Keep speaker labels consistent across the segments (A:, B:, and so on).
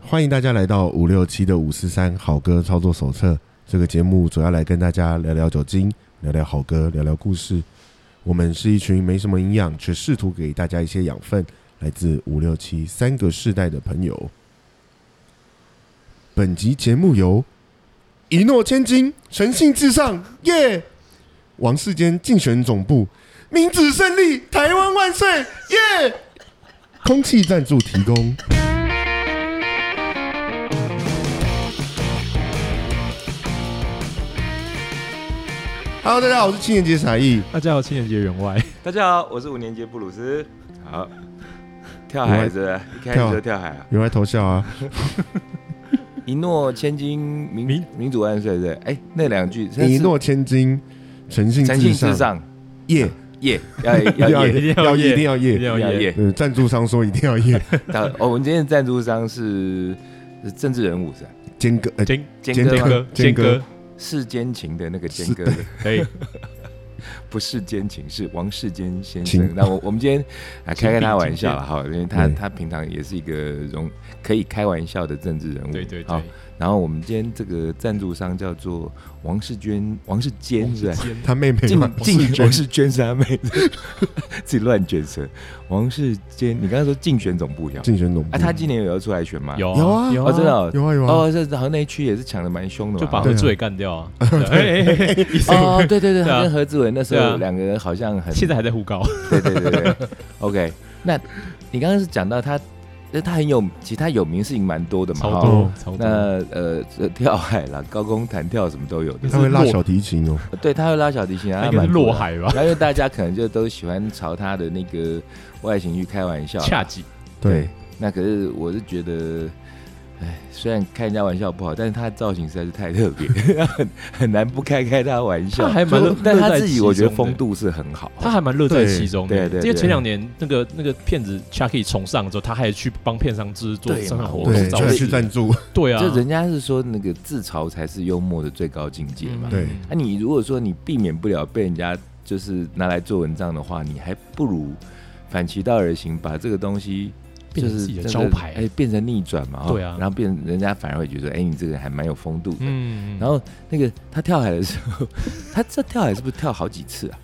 A: 欢迎大家来到五六七的五四三好歌操作手册。这个节目主要来跟大家聊聊酒精，聊聊好歌，聊聊故事。我们是一群没什么营养，却试图给大家一些养分，来自五六七三个世代的朋友。本集节目由一诺千金、诚信至上、耶、王世坚竞选总部、民主胜利、台湾万岁、耶、空气赞助提供。Hello，大家好，我是青年节傻义。
B: 大家好，青年节员 外，
C: 大家好，我是五年级布鲁斯。好，跳海是不是？一开始就跳海啊！
A: 原来头笑啊！
C: 一诺千金，民
B: 民
C: 民主万岁，对不对？哎，那两句，
A: 一诺千金，诚信
C: 诚信至上，
A: 耶！
C: 耶， 要要
A: 要
C: 耶，
A: 要一定要
B: 一
A: 耶
B: 定要
C: 要
B: 耶，
C: 耶。
A: 呃，赞助商说一定要耶，
C: 到哦，我们今天的赞助商是是政治人物是吧？
A: 坚哥，呃，
B: 坚
C: 啊坚
A: 坚
B: 坚
C: 哥
A: 哥
B: 哥，
A: 坚
B: 坚
A: 哥
B: 哥，哎
C: 是奸情的那个坚哥，
B: 可 以，
C: 不是奸情，是王世坚先
A: 请
C: 生。那我我们今天来开开他玩笑了哈，因为他
A: 对
C: 他平常也是一个容可以开玩笑的政治人物。
B: 对对
C: 好
B: 对，，
C: 然后我们今天这个赞助商叫做王世娟，王世坚是吧？
B: 坚
A: 他妹妹
C: 静
A: 嘛
C: 静
A: 王世娟
C: 王世娟是他妹子， 自己乱卷舌。王世坚，你刚才说竞选总部一样，
A: 竞选总部
C: 啊，他今年有要出来选吗？
B: 有
A: 有啊
B: 有
C: 哦，真的哦
A: 有啊有啊，
C: 哦，这好像那一区也是抢的蛮凶的
B: 就
C: 嘛
B: 把
C: 哦
B: 何志伟干掉 啊，哎哎哎医生
C: 哦，对对对，
B: 对啊
C: 他跟何志伟那时
B: 对
C: 候
B: 啊
C: 两个人好像 很，
B: 现在还在互告，
C: 对对对对，OK。那你刚刚是讲到他，那他很有，其实他有名事情蛮多的嘛，
B: 超
C: 哈
B: 多超
C: 哦那
B: 多，
C: 呃，这跳海啦，高空弹跳什么都有的。
A: 他会拉小提琴哦，
C: 对，他会拉小提琴啊，
B: 那
C: 他
B: 应该是
C: 蛮多
B: 落
C: 的。
B: 海吧，
C: 然后因为大家可能就都喜欢朝他的那个外形去开玩笑啦。
B: 恰吉，
A: 对，
C: 那可是我是觉得，哎，虽然开人家玩笑不好，但是他的造型实在是太特别， 很很难不开开他的玩笑。
B: 他还蛮
C: 就
B: 乐
C: 但
B: 乐
C: 他
B: 在
C: 自己
B: 其
C: 我觉得
B: 中的
C: 风度是很好。
B: 他还蛮乐在其中的，
C: 对对对
B: 因为前两年那个那个骗子 Chucky 崇尚之后，他还去帮片商制作
C: 对
B: 商场活
C: 我
B: 动
A: 对，就
C: 懂
B: 造
A: 是
C: 是
A: 去
B: 势，
A: 赞助，
B: 对啊，
C: 就人家是说那个自嘲才是幽默的最高境界嘛。
B: 嗯
C: 哎
A: 对
C: 那、你如果说你避免不了被人家就是拿来做文章的话，你还不如反其道而行，把这个东西
B: 变
C: 就
B: 成
C: 是
B: 自己的
C: 真
B: 招牌
C: 哎、变成逆转嘛，哈
B: 对啊
C: 然后变人家反而会觉得，哎、你这个人还蛮有风度的。
B: 嗯，
C: 然后那个他跳海的时候， 他这跳海是不是跳好几次啊？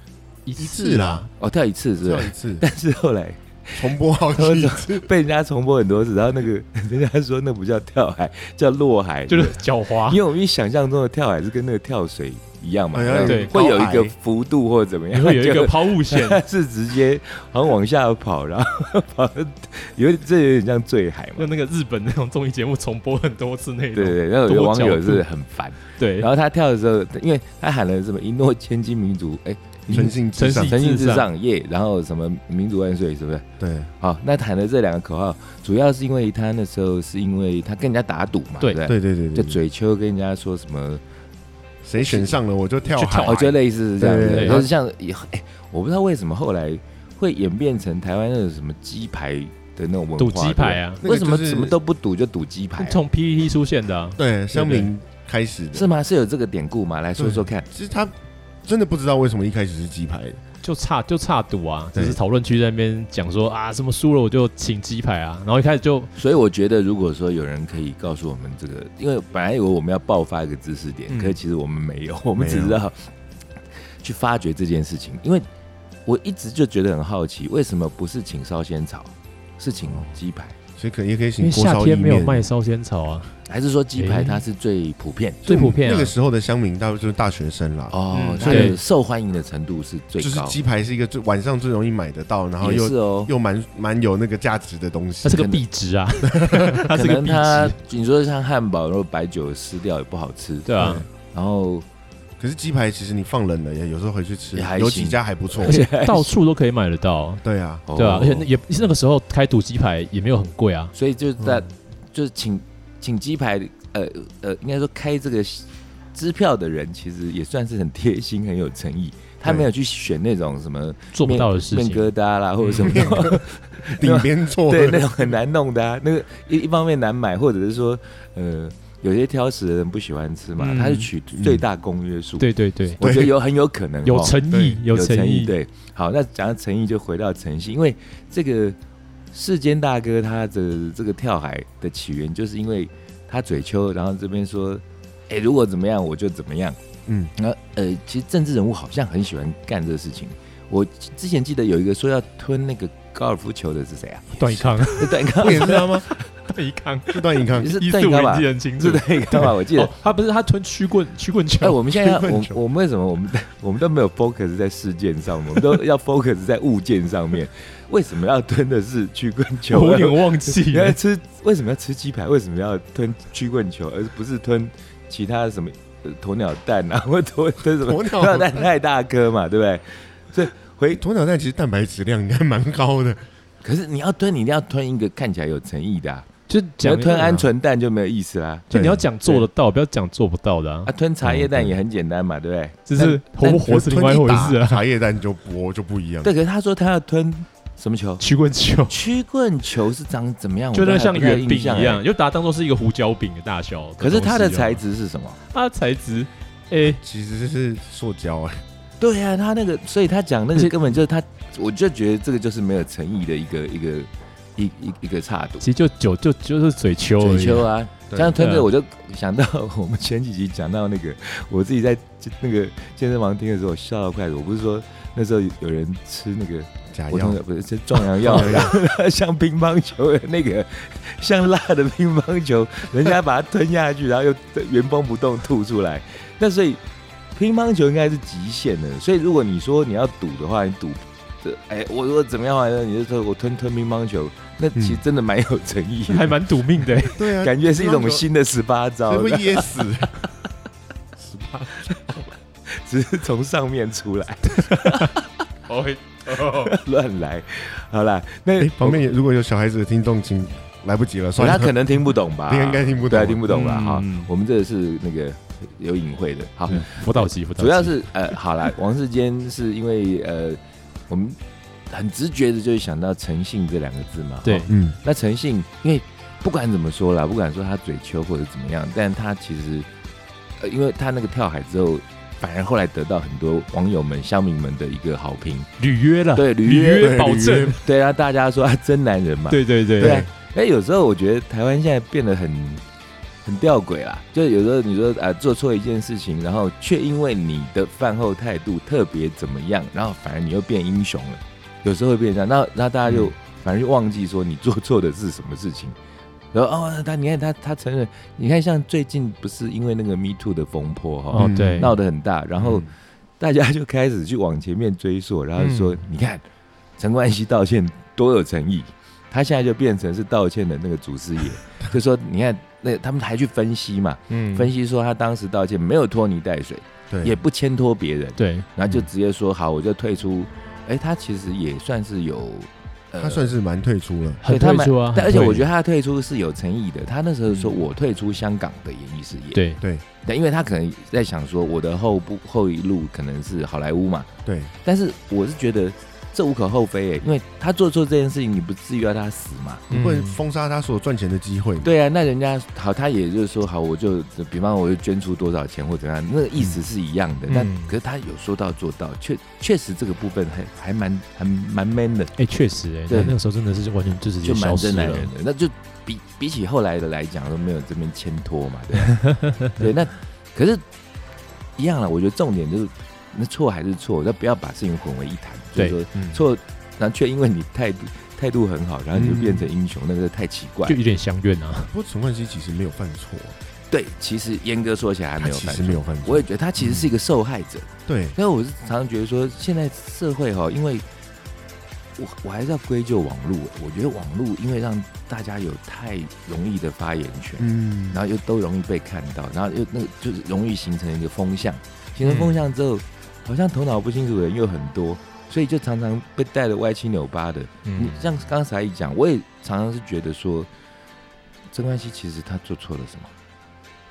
B: 一
A: 一次啦，
C: 哦，跳一次是不
A: 上
C: 是？
A: 一次
C: 但是后来
A: 重播好几次，
C: 被人家重播很多次，然后那个 人家说那不叫跳海，叫落海，
B: 就是狡猾
C: 因，为我们一想象中的跳海是跟那个跳水一样嘛，
A: 哎呀
C: 然后
B: 对
C: 会有一
A: 高
C: 个
A: 矮
C: 幅度或者怎么
B: 你
C: 样，
B: 会有一
C: 就
B: 个抛物 线，
C: 是直接好像往下跑，然后跑 得有点这有点像坠海嘛
B: 用。那个日本那种综艺节目重播很多次那
C: 对
B: 种，
C: 对，然后有个
B: 多
C: 网
B: 角
C: 友
B: 度
C: 是很烦，
B: 对
C: 然，后他跳的时候，因为他喊了什么“一诺千金民族”，哎，
A: 诚信至上
B: 诚，
C: 诚信至
B: 至
C: 上耶，然后什么民主万岁，是不是？
A: 对，
C: 好，那喊的这两个口号，主要是因为他那时候是因为他跟人家打赌嘛，
B: 对
C: 不对？
A: 对对对
C: 就
A: 对，对
C: 嘴丘跟人家说什么，
A: 谁选上了我就跳
B: 去跳
A: 海
C: 哦，，就类似是这样
A: 对
B: 对
C: 子，
B: 对
C: 就是像也，哎，我不知道为什么后来会演变成台湾那种什么鸡排的那种文化，
B: 赌鸡排
C: 啊？
B: 啊，
A: 那个
C: 为什么
A: 就是
C: 什么都不赌就赌鸡排啊？
B: 从 PPT 出现的啊，
A: 对，乡民开始的，
C: 是吗？是有这个典故吗？来说说看。
A: 其实他真的不知道为什么一开始是鸡排，
B: 就差就差赌啊，
A: 对
B: 只是讨论区在那边讲说啊，什么输了我就请鸡排啊，然后一开始就
C: 所以我觉得，如果说有人可以告诉我们这个，因为本来以为我们要爆发一个知识点，
B: 嗯
C: 可是其实我们没有，我们
A: 没
C: 只
A: 有
C: 知道 去发掘这件事情。因为我一直就觉得很好奇，为什么不是请烧仙草，是请鸡排？
A: 所以可也可以
B: 因
A: 请
B: 为
A: 锅
B: 夏
A: 烧意
B: 天没有
A: 面。
B: 卖烧仙草啊，
C: 还是说鸡排
B: 诶
C: 它是最普遍？
B: 最普遍
A: 嗯
B: 啊
A: 那个时候的乡民大部分就是大学生啦，
C: 哦
B: 嗯，
C: 它
B: 对
C: 的受欢迎的程度是最
A: 就是
C: 高，
A: 鸡排是一个最晚上最容易买得到，然后
C: 也
A: 又
C: 是哦。
A: 又蛮蛮有那个价值的东西
B: 它是。个
C: 可能
B: 币值啊， 它
C: 可
B: 是个
C: 能
B: 币
C: 它
B: 值，
C: 你说像汉堡，然后白酒湿掉也不好吃，
B: 对啊，
C: 然后
A: 可是鸡排其实你放冷了，也有时候回去吃
C: 也，还行
A: 有几家还不错
B: 而。且到处都可以买得到，
A: 对啊，
B: 对啊，
C: 哦
B: 而且那也那个时候开赌鸡排也没有很贵啊，
C: 所以就在、
A: 嗯
C: 就是请请鸡排，呃呃，应该说开这个支票的人，其实也算是很贴心、很有诚意。他
A: 对
C: 没有去选那种什么
B: 做不
C: 面
B: 到的事
C: 面
B: 情，
C: 疙瘩 啦，或者什么，
A: 顶边做
C: 对
A: 的，
C: 那种很难弄的、啊。那个一一方面难买，或者是说，呃，有些挑食的人不喜欢吃嘛，
B: 嗯
C: 他是取最大公约数。，
B: 对对对，
C: 我觉得有很有可能
B: 有
C: 哦
B: 诚
A: 对
B: 意有诚意，
C: 对。好，那讲到诚意，就回到诚信，因为这个世间大哥他的这个跳海的起源，就是因为他嘴丘，然后这边说，哎、如果怎么样我就怎么样。
A: 嗯，
C: 那呃，其实政治人物好像很喜欢干这个事情。我之前记得有一个说要吞那个高尔夫球的是谁啊？
B: 段奕康，
C: 段奕康
A: 不，也是他吗？
B: 段奕康，
A: 是段奕康
C: 也，是
B: 一
C: 段
B: 四
C: 奕
B: 五
C: 康
B: 零
C: 吧
B: 记？得很清楚
C: 是。段奕康吧？我记得
B: 哦，他不是他吞曲棍曲棍
C: 哎、
B: 球，
C: 我们现在要
A: 追问
C: 我
A: 球
C: 我们为什么我们 我们都没有 focus 在事件上面，我们都要 focus 在物件上面？为什么要吞的是曲棍球？
B: 我有点忘记
C: 你要
B: 了。
C: 吃为什么要吃鸡排？为什么要吞曲棍球，而不是吞其他什么呃鸵鸟蛋啊，或者吞吞什么
A: 鸵鸟
C: 蛋太大颗嘛，对不对？所以回
A: 鸵鸟蛋其实蛋白质量应该蛮高的，
C: 可是你要吞，你一定要吞一个看起来有诚意的、啊，
B: 就
C: 只要
B: 讲
C: 吞
A: 啊
C: 鹌鹑蛋就没有意思啦。
B: 就你要讲做得到，不要讲做不到的啊
C: 啊，，吞茶叶蛋也很简单嘛，对不对？
B: 只是活不活是另外一回事
A: 吞一打
B: 啊。
A: 茶叶蛋就不就不一样，
C: 对，可是他说他要吞什么球？
B: 曲棍球
C: 曲棍球是长怎么样？
B: 就
C: 我
B: 那个
C: 都还
B: 像
C: 不太有
B: 圆饼
C: 印象
B: 一样，
C: 哎。
B: 就把它当做是一个胡椒饼的大小。
C: 可是它的
B: 东西啊
C: 材，质是什么？
B: 它的材质，哎，
A: 其实是塑胶哎，
C: 对呀、啊，它那个，所以他讲那
B: 而
C: 个
B: 且
C: 根本就是他，我就觉得这个就是没有诚意的一个一个一一一个差度。
B: 其实就酒就就是嘴丘而
C: 嘴
B: 已。
C: 丘啊，
A: 对
C: 这样吞
B: 对
C: 着
B: 啊
C: 我就想到我们前几集讲到那个，我自己在那个健身房听的时候，我笑到快死。我不是说那时候有人吃那个
A: 假
C: 我同
A: 药啊
C: 学不是是壮阳药，然 后像乒乓球的那个像辣的乒乓球，人家把它吞下去，然后又原封不动吐出来。那所以乒乓球应该是极限的，所以如果你说你要赌的话，你赌。呃哎，我如果怎么样完了，你就说我吞吞乒乓球，那其实真的蛮有诚意的，
B: 还蛮赌命的、欸
A: 对啊，
C: 感觉是一种
A: 谁
C: 新的十八招，
A: 会噎死？十八
C: 只是从上面出来
B: 哦，
C: 乱来。好啦，那
A: 哎，旁边如果有小孩子的听众，请来不及了，算
C: 他
A: 了，
C: 可能听不懂吧？
A: 应该听不懂
C: 对，听不懂了哈
B: 嗯。
C: 我们这个是那个有隐晦的，
A: 嗯
C: 好，
B: 辅导级，辅导
C: 主要是呃，好啦，王世坚是因为呃，我们很直觉的就是想到诚信这两个字嘛。
B: 对
C: 哈
A: 嗯，
C: 那诚信，因为不管怎么说啦，不管说他嘴丘或者怎么样，但他其实呃，因为他那个跳海之后。反而后来得到很多网友们、乡民们的一个好评，
B: 履约了，
C: 对
B: 履
C: 啊履约，
B: 约保
A: 对履
B: 证，
C: 对啊，大家说啊，真男人嘛，
B: 对对对
C: 对啊，哎，有时候我觉得台湾现在变得很很吊诡啦，就有时候你说啊、做错一件事情，然后却因为你的饭后态度特别怎么样，然后反而你又变英雄了，有时候会变成这样，那那大家就、反而就忘记说你做错的是什么事情。然后哦，他你看他 他承认，你看像最近不是因为那个 Me Too 的风波哈、
B: 哦
A: 嗯
B: 对，
C: 闹得很大，然后
A: 嗯
C: 大家就开始去往前面追溯，然后说：“
A: 嗯
C: 你看陈冠希道歉多有诚意。”他现在就变成是道歉的那个 祖师爷，就说：“你看，那他们还去分析嘛，
A: 嗯
C: 分析说他当时道歉没有拖泥带水，
A: 对嗯
C: 也不牵拖别人，
B: 对
C: 然后就直接说好，我就退出。”哎，他其实也算是有，呃
A: 他算是蛮退出了，
B: 很
C: 对他
B: 退
C: 们
B: 出啊，
C: 但而且我觉得
B: 得
C: 他的退出是有诚意的。他那时候说
B: 嗯
C: 我退出香港的演艺事业，
B: 对
A: 对
C: 但因为他可能在想说我的后部后一路可能是好莱坞嘛，
A: 对，
C: 但是我是觉得这无可厚非欸诶，因为他做错这件事情，你不至于要他死嘛。
A: 你不能封杀他所赚钱的机会嘛，
C: 对啊，那人家好，他也就是说好，我就比方我就捐出多少钱或怎么样，那个意思是一样的。
B: 嗯
C: 那
B: 嗯
C: 可是他有说到做到，确确实这个部分还还蛮还蛮 man 的，
B: 哎，确实哎，
C: 对
B: 那那个时候真的是完全就直接
C: 就蛮
B: 消失
C: 真男
B: 了
C: 人，的。那就比比起后来的来讲，都没有这边牵拖嘛，对吧、 对，那可是一样了。我觉得重点就是，那错还是错，那不要把事情混为一谈。就
B: 对
C: 是说
A: 嗯，
C: 错，然后却因为你态度态度很好，然后你就变成
A: 嗯
C: 英雄，那个太奇怪
B: 就。有点相怨啊，
A: 不过陈冠希其实没有犯错，
C: 对，其实严格说起来还
A: 他
C: 没有
A: 其
C: 犯
A: 实
C: 错
A: 没。有犯
C: 我
A: 错
C: 也，觉得他其实是一个受害者，
A: 对，
C: 因为我是常常觉得说，现在社会哈，因为我我还是要归咎网络，我觉得网络因为让大家有太容易的发言权，
A: 嗯
C: 然后又都容易被看到，然后又那个就是容易形成一个风向，形
A: 嗯
C: 成风向之后，好像头脑不清楚的人又很多，所以就常常被带的歪七扭八的。你
B: 嗯，
C: 像刚才一讲，我也常常是觉得说，郑冠希其实他做错了什么？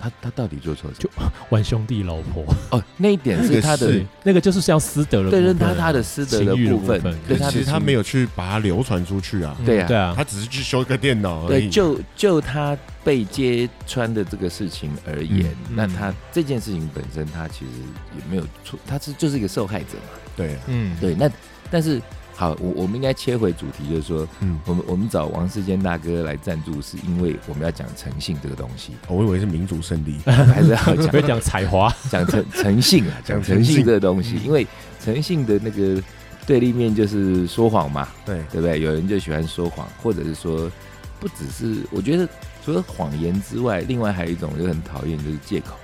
C: 他他到底做错了什么？
B: 玩兄弟老婆，
C: 哦，那一点是他的，
A: 那个是
B: 那个就是像私德了，
C: 对，是他他的私德的
B: 情欲的
C: 部
B: 部
C: 分
B: 分，
C: 对
A: 但
C: 他的
A: 其实他
C: 情
A: 没有去把它流传出去啊，
B: 嗯
C: 对啊
B: 对啊，
A: 他只是去修个电脑而
C: 对，
A: 已，
C: 就就他被揭穿的这个事情而言，
B: 嗯
C: 那
B: 嗯
C: 他这件事情本身，他其实也没有错，他是就是一个受害者嘛。
A: 对，啊
B: 嗯，
C: 对，那但是好，我我们应该切回主题，就是说，
A: 嗯，
C: 我们我们找王世坚大哥来赞助，是因为我们要讲诚信这个东西，
A: 哦我以为是民主胜利，
C: 还是要
B: 不要
C: 讲
B: 讲才 华，
C: 讲诚诚信啊，讲诚信这个东
B: 嗯
C: 西，因为诚信的那个对立面就是说谎嘛，
A: 对，
C: 对不对？有人就喜欢说谎，或者是说，不只是我觉得除了谎言之外，另外还有一种就很讨厌就是借口，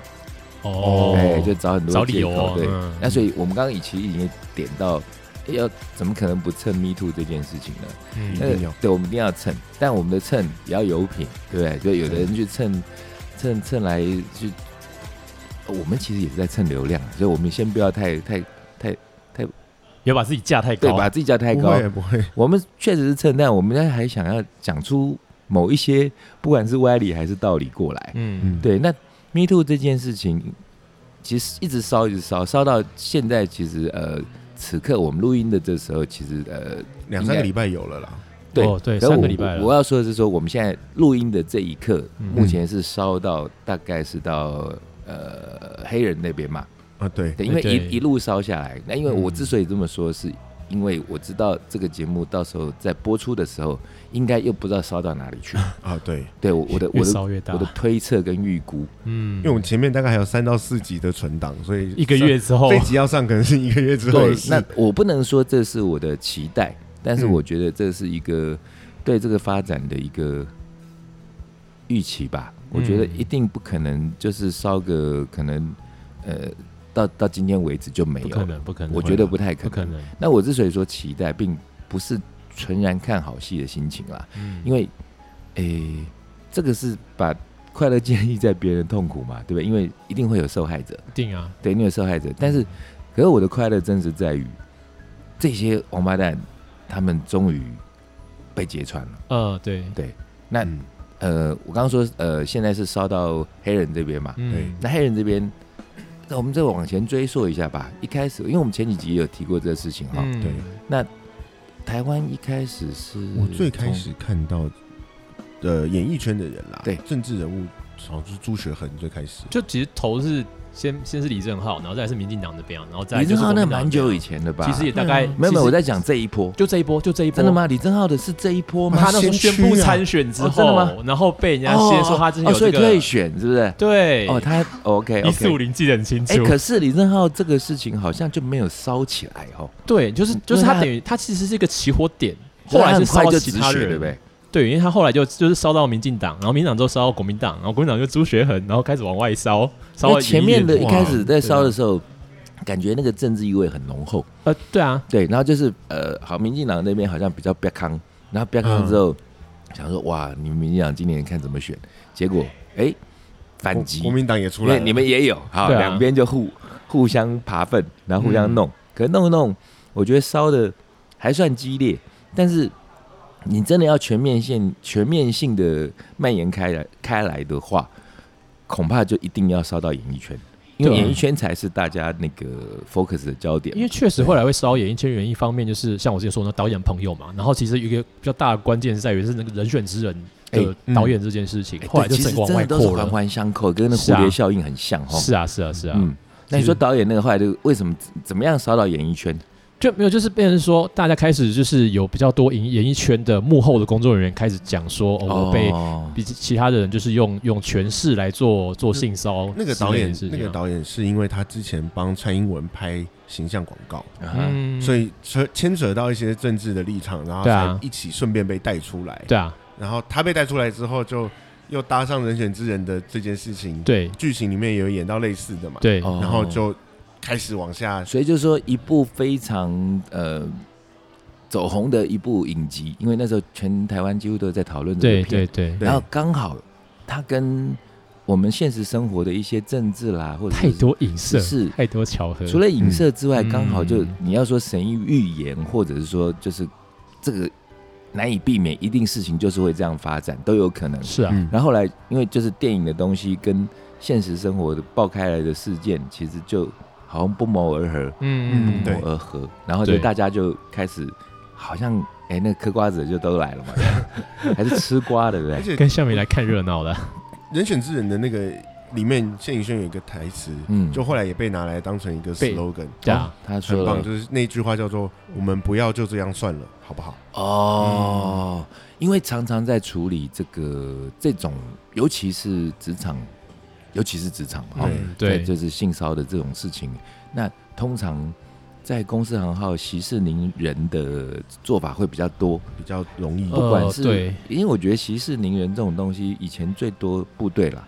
B: 哦，
C: 哎，就找很
B: 找
C: 多
B: 理
C: 借
B: 由哦
C: 口，对。
B: 嗯
C: 那所以我们刚刚其实已经点到，哎要怎么可能不蹭 Me Too 这件事情呢？
B: 嗯
A: 一
C: 那个
A: 定要
C: 对，我们一定要蹭，但我们的蹭也要有品，对
A: 嗯
C: 不对？就有的人去蹭，蹭蹭来去，我们其实也是在蹭流量，啊所以我们先不要太太
B: 不要把自己架太
C: 对，
B: 高，
C: 把自己价太
A: 不
C: 高。
A: 会不会，
C: 我们确实是蹭，但我们现在还想要讲出某一些，不管是歪理还是道理过来。
B: 嗯
A: 嗯，，
C: 对，那 Me Too 这件事情，其实一直烧，一直烧，烧到现在，其实呃，此刻我们录音的这时候，其实呃，
A: 两三个礼拜有了啦，
C: 对、
B: 哦对
C: 可
B: 三
C: 我
B: 个礼拜了
C: 我要说的是说，我们现在录音的这一刻，
B: 嗯
C: 目前是烧到大概是到呃黑人那边嘛，
A: 啊，对，
C: 对，因为
B: 哎对
C: 一一路烧下来，那因为我
B: 嗯
C: 之所以这么说，是因为我知道这个节目到时候在播出的时候，应该又不知道烧到哪里 去。
A: 啊，对，
C: 对，我我的
B: 越
C: 我的
B: 烧越大
C: 我，的推测跟预估，
B: 嗯，
A: 因为我们前面大概还有三到四集的存档，所以
B: 一个月之后
A: 这，集要上可能是一个月之后
C: 哦对
A: 的，事
C: 那我不能说这是我的期待，但是
A: 嗯
C: 我觉得这是一个对这个发展的一个预期吧。我觉得
B: 嗯
C: 一定不可能就是烧个可能呃到到今天为止就 没
B: 不
C: 有
B: 可
C: 了，
B: 能，不可能，
C: 我觉得不太可
B: 不可
C: 能。
B: 能，
C: 那我之所以说期待，并不是纯然看好戏的心情啦，
B: 嗯
C: 因为诶、这个是把快乐建立在别人的痛苦嘛，对不对？因为一定会有受害者。
B: 一定啊，
C: 对，你有受害者，但是，可是我的快乐真是在于这些王八蛋，他们终于被揭穿了。
B: 呃，对，
C: 那
A: 嗯
C: 呃，我刚刚说，呃，现在是烧到黑人这边嘛，
B: 嗯，
C: 那黑人这边，那我们再往前追溯一下吧。一开始，因为我们前几集也有提过这个事情哈，
B: 嗯
A: 对
C: 台湾一开始是
A: 我最开
C: 从
A: 始看到的演艺圈的人啦，
C: 对
A: 政治人物好像是朱雪恒最开始，
B: 就其实头是先先是李正浩，然后再来是民进党那边啊，然后再来
C: 李
B: 就是
C: 正浩
B: 国
C: 那
B: 民党
C: 蛮
B: 这边啊
C: 久以前的吧？
B: 其实也大概
A: 对啊
C: 没有没有，
B: 其
C: 我
B: 实
C: 在讲这一波，
B: 就这一波，就这一波，
C: 真的？吗？李正浩的是这一波吗？
B: 他那时
A: 先
B: 候宣
A: 驱
B: 布
A: 啊
B: 参选之
C: 哦真的吗
B: 后，然后被人家先说他之前
C: 哦，
B: 有
C: 所
B: 这
C: 以退
B: 个，
C: 选是不是？
B: 对，
C: 哦，他 OK
B: 一四
C: OK
B: 五。零记得很清
C: 哎、
B: 楚，
C: 可是李正浩这个事情好像就没有烧起来哦，
B: 对，就是就是
C: 因
B: 他
C: 为他
B: 等于他其实是一个起火点，后来是
C: 他很
B: 烧
C: 快
B: 到
C: 就
B: 其
C: 止
B: 他
C: 血，
B: 人，
C: 对不？对？
B: 对，因为他后来就就是烧到民进党，然后民进党之后烧到国民党，然后国民党就朱学恒，然后开始往外烧，烧
C: 那
B: 到
C: 前面的
B: 一
C: 一
B: 点
C: 开始在烧的
B: 哇
C: 时候，感觉那个政治意味很浓厚，
B: 呃，对啊，
C: 对，然后就是呃，好，民进党那边好像比较不康，然后不康之后、
B: 嗯
C: 想说哇，你们民进党今年看怎么选？结果哎、反击，
A: 国民党也出
C: 因
A: 来
C: 为
A: 了，
C: 你们也有，好，
B: 对啊嗯
C: 两边、就互互相爬粪，然后互相弄，可弄一弄，我觉得烧的还算激烈，但是你真的要全面性、全面性的蔓延开来开来的话，恐怕就一定要烧到演艺圈，因为
B: 对啊
C: 演艺圈才是大家那个 focus 的焦点嘛。
B: 因为确实后来会烧演艺圈，原因一方面就是像我之前说的导演朋友嘛，然后其实一个比较大的关键是在于是那个人选之人的
C: 哎
A: 嗯
B: 导演这件事情，
C: 哎
B: 后来
C: 对
B: 就
C: 其
B: 整
C: 实
B: 个往
C: 真
B: 外
C: 的都是
B: 扩
C: 环
B: 了。
C: 环相扣，跟那
B: 是
C: 蝴
B: 啊
C: 蝶效应很像哦。
B: 是啊，是啊，是啊，
C: 嗯，那你
B: 其
C: 说
B: 实
C: 导演那个后来就为什么怎么样烧到演艺圈？
B: 就没有就是变成说，大家开始就是有比较多演演艺圈的幕后的工作人员开始讲说，哦，我被
C: 哦
B: 比起其他的人就是用用权势来做做性骚
A: 那个
B: 之
A: 导
B: 类
A: 演
B: 的事情啊
A: 那个导演是因为他之前帮蔡英文拍形象广告，
C: 嗯
B: 嗯，
A: 所
B: 以
A: 以扯牵扯到一些政治的立场，然后
B: 对啊
A: 才一起顺便被带出来，
B: 对啊，
A: 然后他被带出来之后就又搭上人选之人的这件事情，
B: 对
A: 剧情里面也有演到类似的嘛，
B: 对，
C: 哦
A: 然后就开始往下
C: 所以就是说一部非常呃走红的一部影集，因为那时候全台湾几乎都在讨论这
B: 对
C: 个
B: 对
C: 片，
B: 对，
A: 对
C: 然后刚好它跟我们现实生活的一些政治啦，或者
B: 太
C: 是
B: 多影射，
C: 是
B: 太多巧合，
C: 除了影射之外，
B: 嗯
C: 刚、好就
B: 嗯
C: 你要说神预言，或者是说就是这个难以避免，一定事情就是会这样发展，都有可能。
B: 是啊，
A: 嗯
C: 然后后来因为就是电影的东西跟现实生活的爆开来的事件，其实就好像不谋而合。
B: 嗯
A: 嗯对
C: 而合，然后就
B: 对
C: 大家就开始好像哎、那个嗑瓜子的就都来了 嘛，还是吃瓜的对不
A: 而
C: 对？
A: 且
B: 跟下面来看热闹的，
A: 人选之人的那个里面谢颖轩有一个台词，
C: 嗯，哦
A: 就后来也被拿来当成一个
B: 被
A: slogan，哦
B: 对啊，
C: 他说
A: 很
C: 了
A: 棒，就是那句话叫做“我们不要就这样算了，好不好
C: 哦，因为常常在处理这个这种，尤其是职场，尤其是职场嘛，
A: 对
B: 嗯对，
C: 就是性骚扰的这种事情，那通常在公司行号息事宁人的做法会比较多，”，
A: 比较容易。
C: 不管
B: 呃
C: 是、
B: 对
C: 因为我觉得息事宁人这种东西，以前最多部队啦，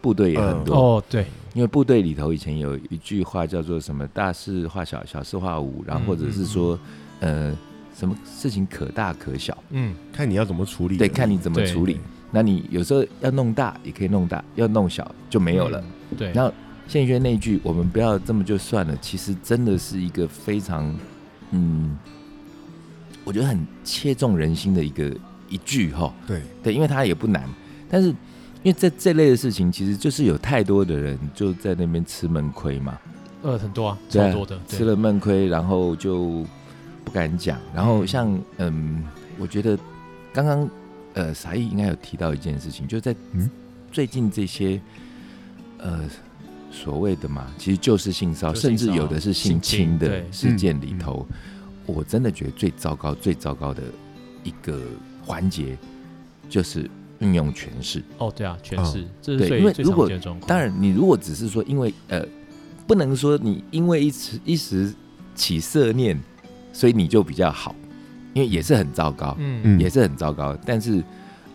C: 部队也很
A: 嗯
C: 多，
B: 哦，对，
C: 因为部队里头以前有一句话叫做什么“大事化小，小事化无”，然后或者是说，呃，什么事情可大可小，
B: 嗯，
A: 看你要怎么处理，
C: 对，看你怎么
B: 对
C: 处理。那你有时候要弄大也可以弄大，要弄小就没有了。
B: 嗯对，
C: 然后谢轩那一句“我们不要这么就算了”，其实真的是一个非常，嗯，我觉得很切中人心的一个一句哈。
A: 对，
C: 对，因为它也不难，但是因为在这类的事情，其实就是有太多的人就在那边吃闷亏嘛，
B: 呃，很多啊，
C: 对啊
B: 超多的，对
C: 吃了闷亏，然后就不敢讲。然后像嗯，我觉得刚刚呃，傻义应该有提到一件事情，就在
A: 嗯
C: 最近这些呃所谓的嘛，其实就是性骚扰，
B: 就是性
C: 甚至
B: 骚扰
C: 有的是性
B: 性侵
C: 侵的
B: 对嗯
C: 事件里头，我真的觉得最糟糕、最糟糕的一个环节就是运用权势。
B: 哦，对啊，全
A: 嗯
B: 是，这
C: 对
B: 是最
C: 因为
B: 最
C: 如
B: 常
C: 果
B: 见的状况。
C: 当然，你如果只是说因为呃，不能说你因为一时一时起色念，所以你就比较好，因为也是很糟糕，
B: 嗯，
A: 嗯
C: 也是很糟糕。但是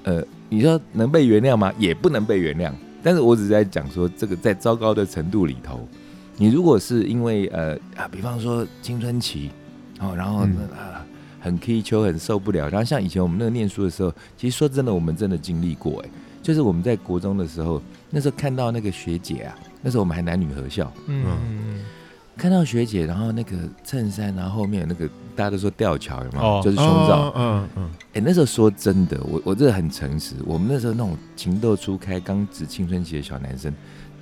C: 呃，你说能被原谅吗？也不能被原谅。但是我只是在讲说，这个在糟糕的程度里头，你如果是因为呃啊，比方说青春期，哦，然
A: 嗯
C: 后呢、啊很 K 秋很受不了，然后像以前我们那个念书的时候，其实说真的，我们真的经历过哎，就是我们在国中的时候，那时候看到那个学姐啊，那时候我们还男女合校，
B: 嗯，
A: 嗯
B: 嗯
C: 看到学姐，然后那个衬衫，然后后面有那个大家都说吊桥有没有？
B: 哦
C: 就是胸罩，
A: 哦嗯嗯，
C: 哎、那时候说真的，我我这很诚实。我们那时候那种情窦初开、刚值青春期的小男生，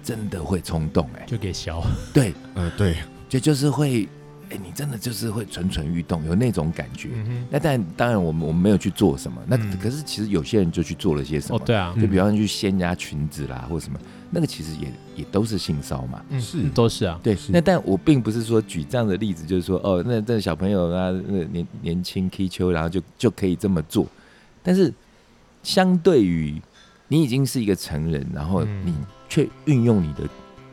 C: 真的会冲动哎、
B: 就给小，
C: 对，
A: 呃，对，
C: 就就是会，哎、你真的就是会蠢蠢欲动，有那种感觉。
B: 嗯
C: 那但当然，我们我们没有去做什么。那、
B: 嗯
C: 可是其实有些人就去做了些什
B: 哼，哦
C: 么，，
B: 对啊，
C: 就比方说去掀人家裙子啦，或什么，那个其实也也都是性骚嘛。
B: 嗯
A: 是
B: 嗯都是啊，
C: 对，
A: 是
C: 那但我并不是说举这样的例子，就是说哦，那那小朋友啊，那年年轻 K 秋，然后就就可以这么做。但是相对于你已经是一个成人，然后
B: 嗯
C: 你却运用你的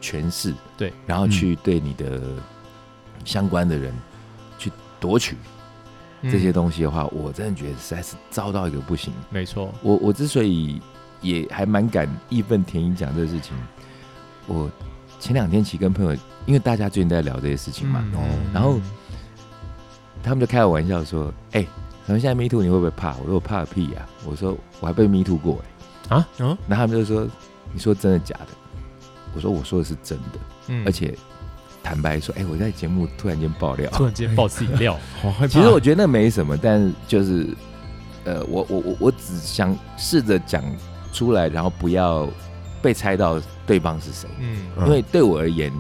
C: 权势，
B: 对，嗯
C: 然后去对你的相关的人去夺取
B: 嗯
C: 这些东西的话，我真的觉得实在是糟到一个不行。
B: 没错，
C: 我我之所以也还蛮敢义愤填膺讲这个事情，我前两天其实跟朋友，因为大家最近在聊这些事情
B: 嗯
C: 嘛，
A: 哦
C: 然后他们就开我玩笑说：“哎、咱们现在 Me Too 你会不会怕？”我说：“我怕个屁呀、我说：“我还被 Me Too 过哎、
B: 啊
A: 嗯
C: 然后他们就说：“你说真的假的？”我说：“我说的是真的，
B: 嗯
C: 而且坦白说，哎、我在节目突然间爆料，
B: 突然间爆自己 料，
A: 好害怕。
C: 其实我觉得那没什么，但就是，呃，我我我我只想试着讲出来，然后不要被猜到对方是谁，
B: 嗯
A: 嗯
C: 因为对我而言，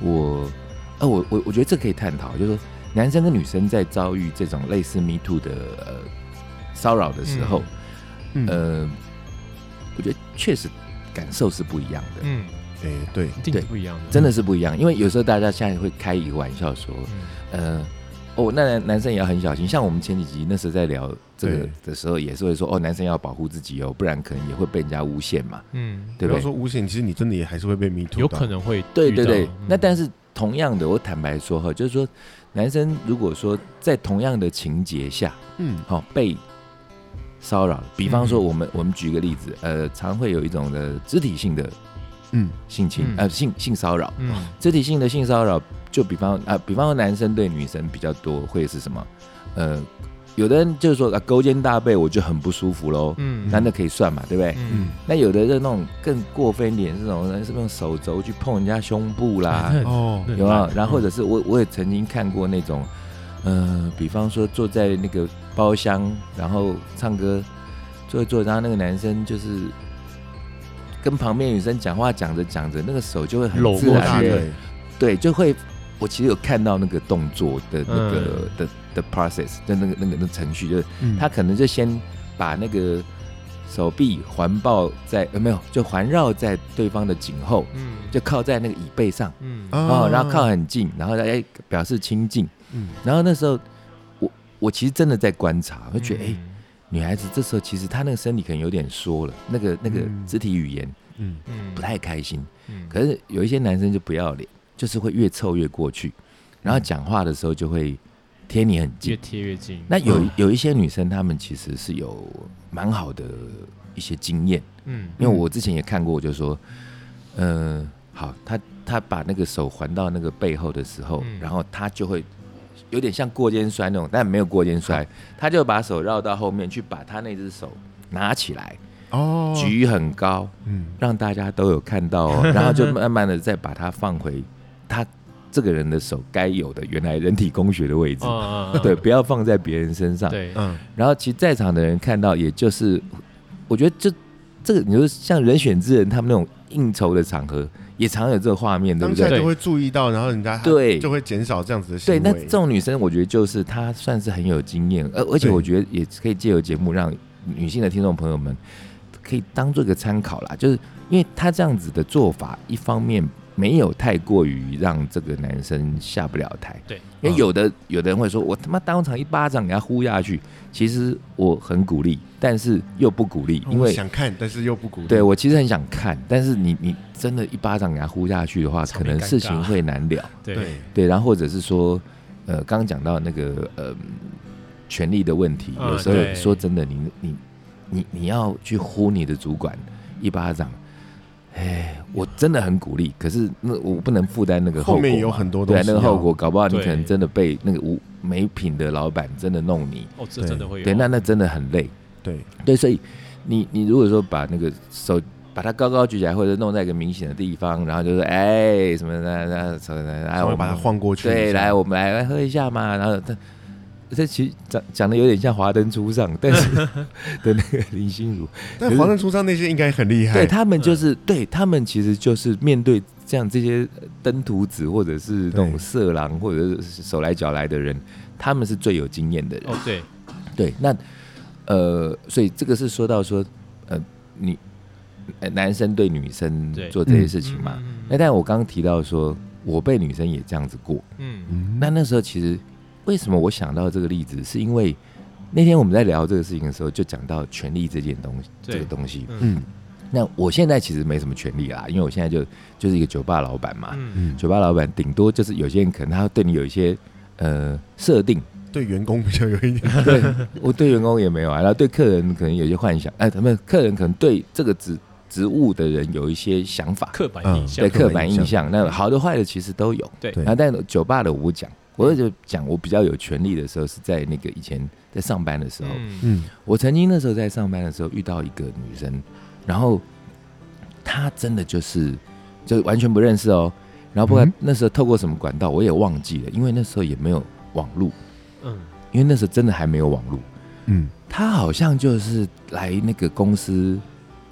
C: 我，呃，我我我觉得这可以探讨，就是说男生跟女生在遭遇这种类似 Me Too 的呃骚扰的时候，
A: 嗯，
C: 呃，我觉得确实感受是不一样的，
B: 嗯，
A: 哎，对，
B: 一定
C: 对
B: 是不一样的，
C: 真的是不一样，因为有时候大家现在会开一个玩笑说，
B: 嗯，
C: 呃，哦，那男男生也要很小心。像我们前几集那时候在聊这个
A: 对
C: 的时候，也是会说，哦，男生要保护自己哦，不然可能也会被人家诬陷嘛。
B: 嗯，
C: 对
A: 不要
C: 不对
A: 说诬陷，其实你真的也还是会被迷途。
B: 有可能会遇到，嗯
C: 对对对，那但
B: 是
C: 是同样的，我坦白说哈，就是说，男生如果说在同样的情节下，
A: 嗯，
C: 哈、被骚扰，比方说
B: 嗯
C: 我们、我们举个例子，呃，常会有一种的肢体性的
A: 嗯
C: 性侵，
B: 嗯
C: 呃，性性骚扰，
B: 嗯，
C: 肢体性的性骚扰，就比方啊、比方说男生对女生比较多，会是什么？呃，有的人就是说啊、勾肩搭背，我就很不舒服喽，
B: 嗯
C: 那那可以算嘛，对不对？
A: 嗯
B: 嗯，
C: 那有的就那种更过分一点，这种人是不是用手肘去碰人家胸 部啦，
B: 哎
A: 哦
B: 那
C: 有啊
B: 那，
C: 然后或者是我我也曾经看过那种，呃，比方说坐在那个包厢，然后唱歌，坐着坐着，然后那个男生就是跟旁边女生讲话，讲着讲着，那个手就会很
B: 搂
C: 自
B: 过
C: 然
A: 大
B: 去
C: 的，
A: 腿，
C: 对，就会。我其实有看到那个动作的那个
B: 嗯、
C: 的的 process，就那个那个那个程序，就是
A: 嗯
C: 他可能就先把那个手臂环抱在呃没有，就环绕在对方的颈后，
B: 嗯，
C: 就靠在那个椅背上
B: 嗯
A: 啊
C: 哦，然后靠很近，然后哎表示亲近。
A: 嗯
C: 然后那时候我我其实真的在观察，
B: 我
C: 会觉得哎、女孩子这时候其实她那个身体可能有点缩了，那个那个
A: 嗯
C: 肢体语言
A: 嗯
B: 嗯
C: 不太开心。
B: 嗯
C: 可是有一些男生就不要脸，就是会越凑越过去，然后讲话的时候就会贴你很
B: 越
C: 近。
B: 贴越近。
C: 那有有一些女生，她们其实是有蛮好的一些经验，
B: 嗯
C: 因为我之前也看过，就说，嗯，好，她她把那个手环到那个背后的时候
B: 嗯，
C: 然后她就会有点像过肩摔那种，但没有过肩摔，她就把手绕到后面去，把她那只手拿起来，
A: 哦，
C: 举很高，
A: 嗯
C: 让大家都有看到哦，然后就慢慢的再把它放回他这个人的手该有的原来人体工学的位置，
B: 嗯
C: 对，不要放在别人身上。
B: 对，
A: 嗯
C: 然后其实在场的人看到，也就是我觉得就这个，你说像人选之人他们那种应酬的场合，也常有这个画面，对不
A: 当下
C: 对？
A: 就会注意到，然后人家
C: 对
A: 就会减少这样子的行
C: 对，
A: 为。
C: 那这种女生，我觉得就是她算是很有经验，而而且
A: 对
C: 我觉得也可以借由节目让女性的听众朋友们可以当做一个参考啦。就是因为她这样子的做法，一方面没有太过于让这个男生下不了台，
B: 对，
C: 因
A: 嗯
C: 为有的、有的人会说，我他妈当场一巴掌给他呼下去，其实我很鼓励，但是又不鼓励，因
A: 我
C: 为。
A: 哦想看，但是又不鼓励。
C: 对，我其实很想看，但是你你真的一巴掌给他呼下去的话，
B: 场
C: 可
B: 面
C: 能
B: 尴
C: 事
B: 尬
C: 情会难了。
A: 对，
C: 对，然后或者是说，呃，刚刚讲到那个呃权力的问题，
A: 啊
B: 嗯
C: 有时候
B: 对
C: 说真的，你你你你要去呼你的主管一巴掌，哎，我真的很鼓励，可是那我不能负担那个
A: 后
C: 后果嘛，
A: 面有很多东
C: 对啊
A: 西。
C: 那个后果，，搞不好你可能
B: 对
C: 真的被那个无没品的老板真的弄你，
B: 哦，这
A: 对
B: 真的会有。
C: 对，那那真的很累，
A: 对，
C: 对，所以你你如果说把那个手把它高高举起来，或者弄在一个明显的地方，然后就说哎什么的，那什么的，哎，
A: 稍
C: 我
A: 微把它
C: 们
A: 晃过去一下。
C: 对，来，我们来来喝一下嘛。然后他这其实讲讲的有点像华灯初上，但是的那个林心如，
A: 但华灯初上那些应该很厉害。
C: 对他们
B: 嗯
C: 就是、对他们其实就是面对这样这些呃登徒子或者是那种
A: 对
C: 色狼或者是手来脚来的人，他们是最有经验的人。
B: 哦，对，
C: 对，那呃，所以这个是说到说呃，你呃男生对女生
B: 对
C: 做这些事情嘛。
B: 嗯
C: 那但我刚刚提到说，我被女生也这样子过，
B: 嗯
A: 嗯，
C: 那那时候其实为什么我想到这个例子，是因为那天我们在聊这个事情的时候，就讲到权力这件东西，
B: 对
C: 这个东西。
B: 嗯
A: 嗯
C: 那我现在其实没什么权利啦，因为我现在就就是一个酒吧老板嘛。
B: 嗯
A: 嗯，
C: 酒吧老板顶多就是有些人可能他对你有一些呃设定，
A: 对员工比较有一 点。
C: 对我对员工也没有啊，然后对客人可能有一些幻想，哎、他们客人可能对这个职职务的人有一些想法，
B: 刻板印象
C: 对
A: 嗯，
C: 刻板印象，那好的坏的其实都有。
B: 对
A: 对
C: 然后但酒吧的我不讲，我就讲我比较有权利的时候是在那个以前在上班的时候，
B: 嗯
A: 嗯
C: 我曾经那时候在上班的时候遇到一个女生，然后她真的就是就完全不认识哦，然后不管
A: 嗯
C: 那时候透过什么管道我也忘记了，因为那时候也没有网络，
B: 嗯
C: 因为那时候真的还没有网络，
A: 嗯，
C: 她好像就是来那个公司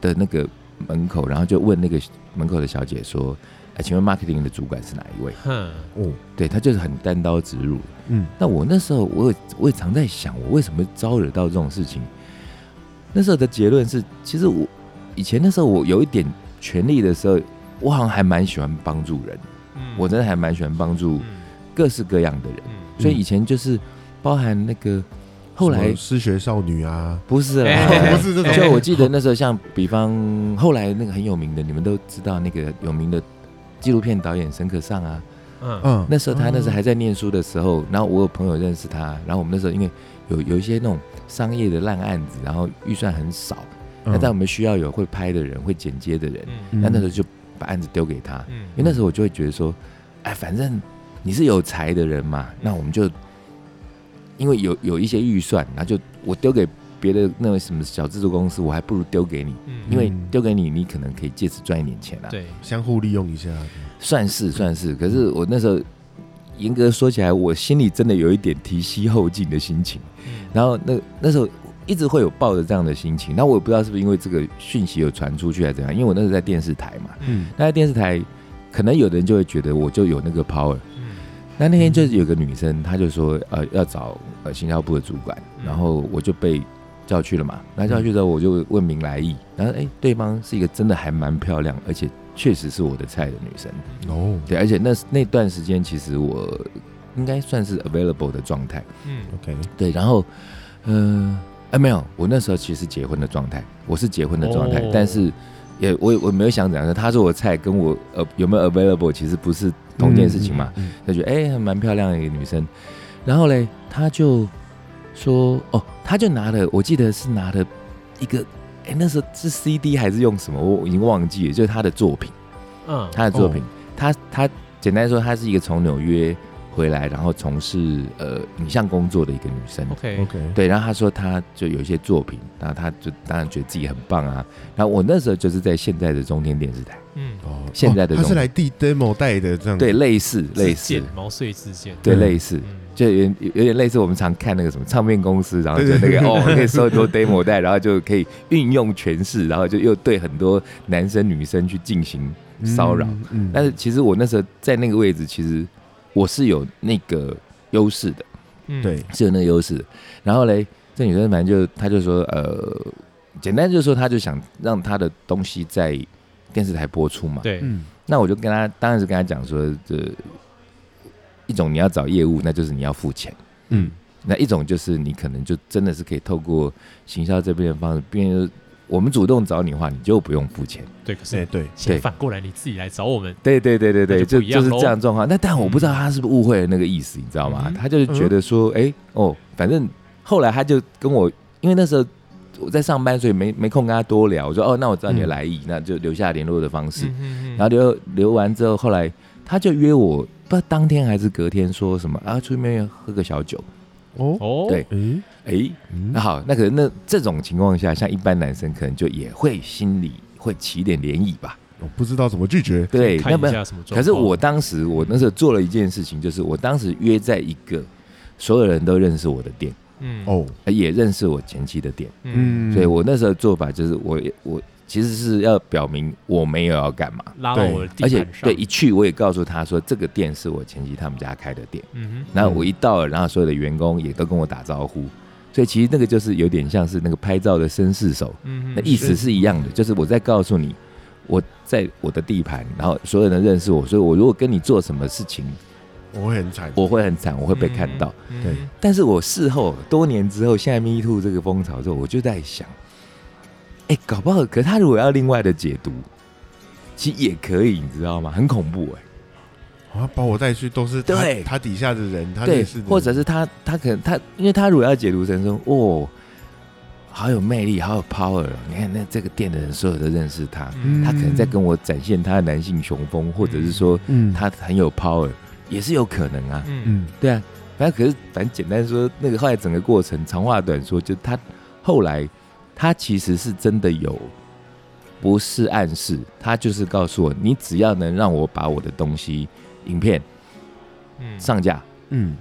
C: 的那个门口，然后就问那个门口的小姐说：“哎，请问 marketing 的主管是哪一位
B: 哼，
A: 哦，？”
C: 对她就是很单刀直入。
A: 嗯
C: 那我那时候我也我也常在想，我为什么招惹到这种事情？那时候的结论是，其实我以前那时候我有一点权利的时候，我好像还蛮喜欢帮助人，
B: 嗯
C: 我真的还蛮喜欢帮助
B: 嗯
C: 各式各样的人，
B: 嗯
C: 所以以前就是包含那个后
A: 什
C: 来
A: 么失学少女啊，
C: 不是啦，
B: 哎
A: 不是这种。
C: 就我记得那时候，像比方后来那个很有名的，你们都知道那个有名的纪录片导演沈可尚啊。
B: 嗯
A: 嗯，
C: 那时候他那时候
A: 还
C: 还在念书的时候，然后我有朋友认识他，然后我们那时候因为有有一些那种商业的烂案子，然后预算很少，
A: 嗯
C: 那但我们需要有会拍的人、会剪接的人，
B: 嗯
C: 那那时候就把案子丢给他，
B: 嗯
C: 因为那时候我就会觉得说，哎，反正你是有才的人嘛，那我们就因为有有一些预算，然后就我丢给别的那个什么小制作公司，我还不如丢给你，
B: 嗯
C: 因为
A: 嗯
C: 丢给你，你可能可以借此赚一点钱啊。，
B: 对
A: 相互利用一下，
C: 算是算是。可是我那时候严格说起来，我心里真的有一点提膝后进的心情。
B: 嗯
C: 然后那那时候一直会有抱着这样的心情，那我也不知道是不是因为这个讯息有传出去还是怎样，因为我那时候在电视台嘛，
A: 嗯
C: 那在电视台可能有的人就会觉得我就有那个 power。
B: 嗯
C: 那那天就是有个女生，她就说，呃，要找呃行销部的主管，
B: 嗯
C: 然后我就被叫去了嘛。那叫去之后，我就问明来意，然后哎、对方是一个真的还蛮漂亮，而且确实是我的菜的女生。
A: 哦
C: 对，而且那那段时间其实我应该算是 available 的状态。
B: 嗯，
A: ，OK，
C: 对，然后，呃，啊没有，我那时候其实是结婚的状态，我是结婚的状态，
B: 哦
C: 但是也我也我没有想怎样，他是我菜，跟我呃有没有 available 其实不是同一件事情嘛，
A: 嗯，
C: 就觉得哎、还蛮漂亮的一个女生，然后嘞，他就说哦，他就拿了，我记得是拿了一个，哎、那时候是 CD 还是用什么，我已经忘记了，就是他的作品。
B: 嗯，
C: 他的作品，他他简单说，她是一个从纽约回来，然后从事呃影像工作的一个女生。
A: 嗯
B: OK，
A: OK，
C: 对，然后她说她就有一些作品，然后她就当然觉得自己很棒啊。然后我那时候就是在现在的中天电视台，
B: 嗯，
A: 哦，
C: 现在的
A: 他
C: 这
A: 是
C: 种
A: 来递 demo 带的这样，
C: 对，，类似类
B: 之
C: 似
B: 间，毛遂自荐，
C: 对，
A: 嗯
C: 类似。
B: 嗯，
C: 就有点有点类似我们常看那个什么唱片公司，然后就
A: 对
C: 那
A: 对
C: 个哦，可以收很多 demo 带，然后就可以运用诠释，然后就又对很多男生女生去进行骚扰。
A: 嗯，嗯
C: 但是其实我那时候在那个位置，其实我是有那个优势的，
B: 嗯，
A: 对，
C: 是有那个优势的。然后嘞，这女生反正就她就说，呃，简单就是说，她就想让她的东西在电视台播出嘛。
B: 对，
A: 嗯，
C: 那我就跟她，当然是跟她讲说，这一种你要找业务，那就是你要付钱。
A: 嗯，
C: 那一种就是你可能就真的是可以透过行销这边的方式，变成就是我们主动找你的话，你就不用付钱。
B: 对，可是
A: 哎，对，
B: 现在
C: 对
B: 反过来你自己来找我们，
C: 对对对对
B: 那
C: 对，
B: 就
C: 就
B: 不一样
C: 就是
B: 咯
C: 这样的状况。那但我不知道他是不是误会了那个意思，你知道吗？
B: 嗯
C: 他就是觉得说，哎、哦，反正后来他就跟我，因为那时候我在上班，所以没没空跟他多聊。我说，哦，那我知道你的
A: 嗯
C: 来意，那就留下联络的方式。
B: 嗯
C: 然后留留完之后，后来他就约我，不知道当天还是隔天说什么啊，出面喝个小酒。
A: 哦，
B: 哦，
C: 对
A: 诶，
C: 哎、
A: 嗯
C: 那
B: 啊
C: 好，那可能那这种情况下，像一般男生可能就也会心里会起点涟漪吧。
A: 我不知道怎么拒绝，
C: 对，
B: 看
C: 那么
B: 一下什么状况，
C: 可是我当时，我那时候做了一件事情，就是我当时约在一个所有人都认识我的店，
B: 嗯，
A: 哦，
C: 呃也认识我前妻的店，
B: 嗯，
A: 嗯，
C: 所以我那时候做法就是我我其实是要表明我没有要干嘛，
B: 拉到我的地
C: 而且
B: 盘上，
C: 对一去我也告诉他说这个店是我前妻他们家开的店，
B: 嗯哼，
C: 然后我一到了，然后所有的员工也都跟我打招呼，所以其实那个就是有点像是那个拍照的绅士手，
B: 嗯哼，
C: 那意思是一样的，就是我在告诉你，我在我的地盘，然后所有人认识我，所以我如果跟你做什么事情，
A: 我会很惨，
C: 我会很惨，我会被看到。
B: 嗯，
A: 对
B: 嗯
C: 但是我事后多年之后，现在 Me Too 这个风潮之后，我就在想，哎、搞不好，可他如果要另外的解读，其实也可以，你知道吗？很恐怖哎、
A: 啊，把我带去都是他
C: 对
A: 他底下的人，他
C: 对
A: 认识的，人，
C: 或者是他他可能他，因为他如果要解读成说，哦，好有魅力，好有 power，哦你看那这个店的人所有都认识他，
B: 嗯
C: 他可能在跟我展现他的男性雄风，或者是说
A: 嗯，
C: 他很有 power，也是有可能啊。
B: 嗯
A: 嗯，
C: 对啊，反正可是反正简单说，那个后来整个过程，长话短说，就他后来他其实是真的有，不是暗示，他就是告诉我，你只要能让我把我的东西影片
B: 嗯
C: 上架，
A: 嗯，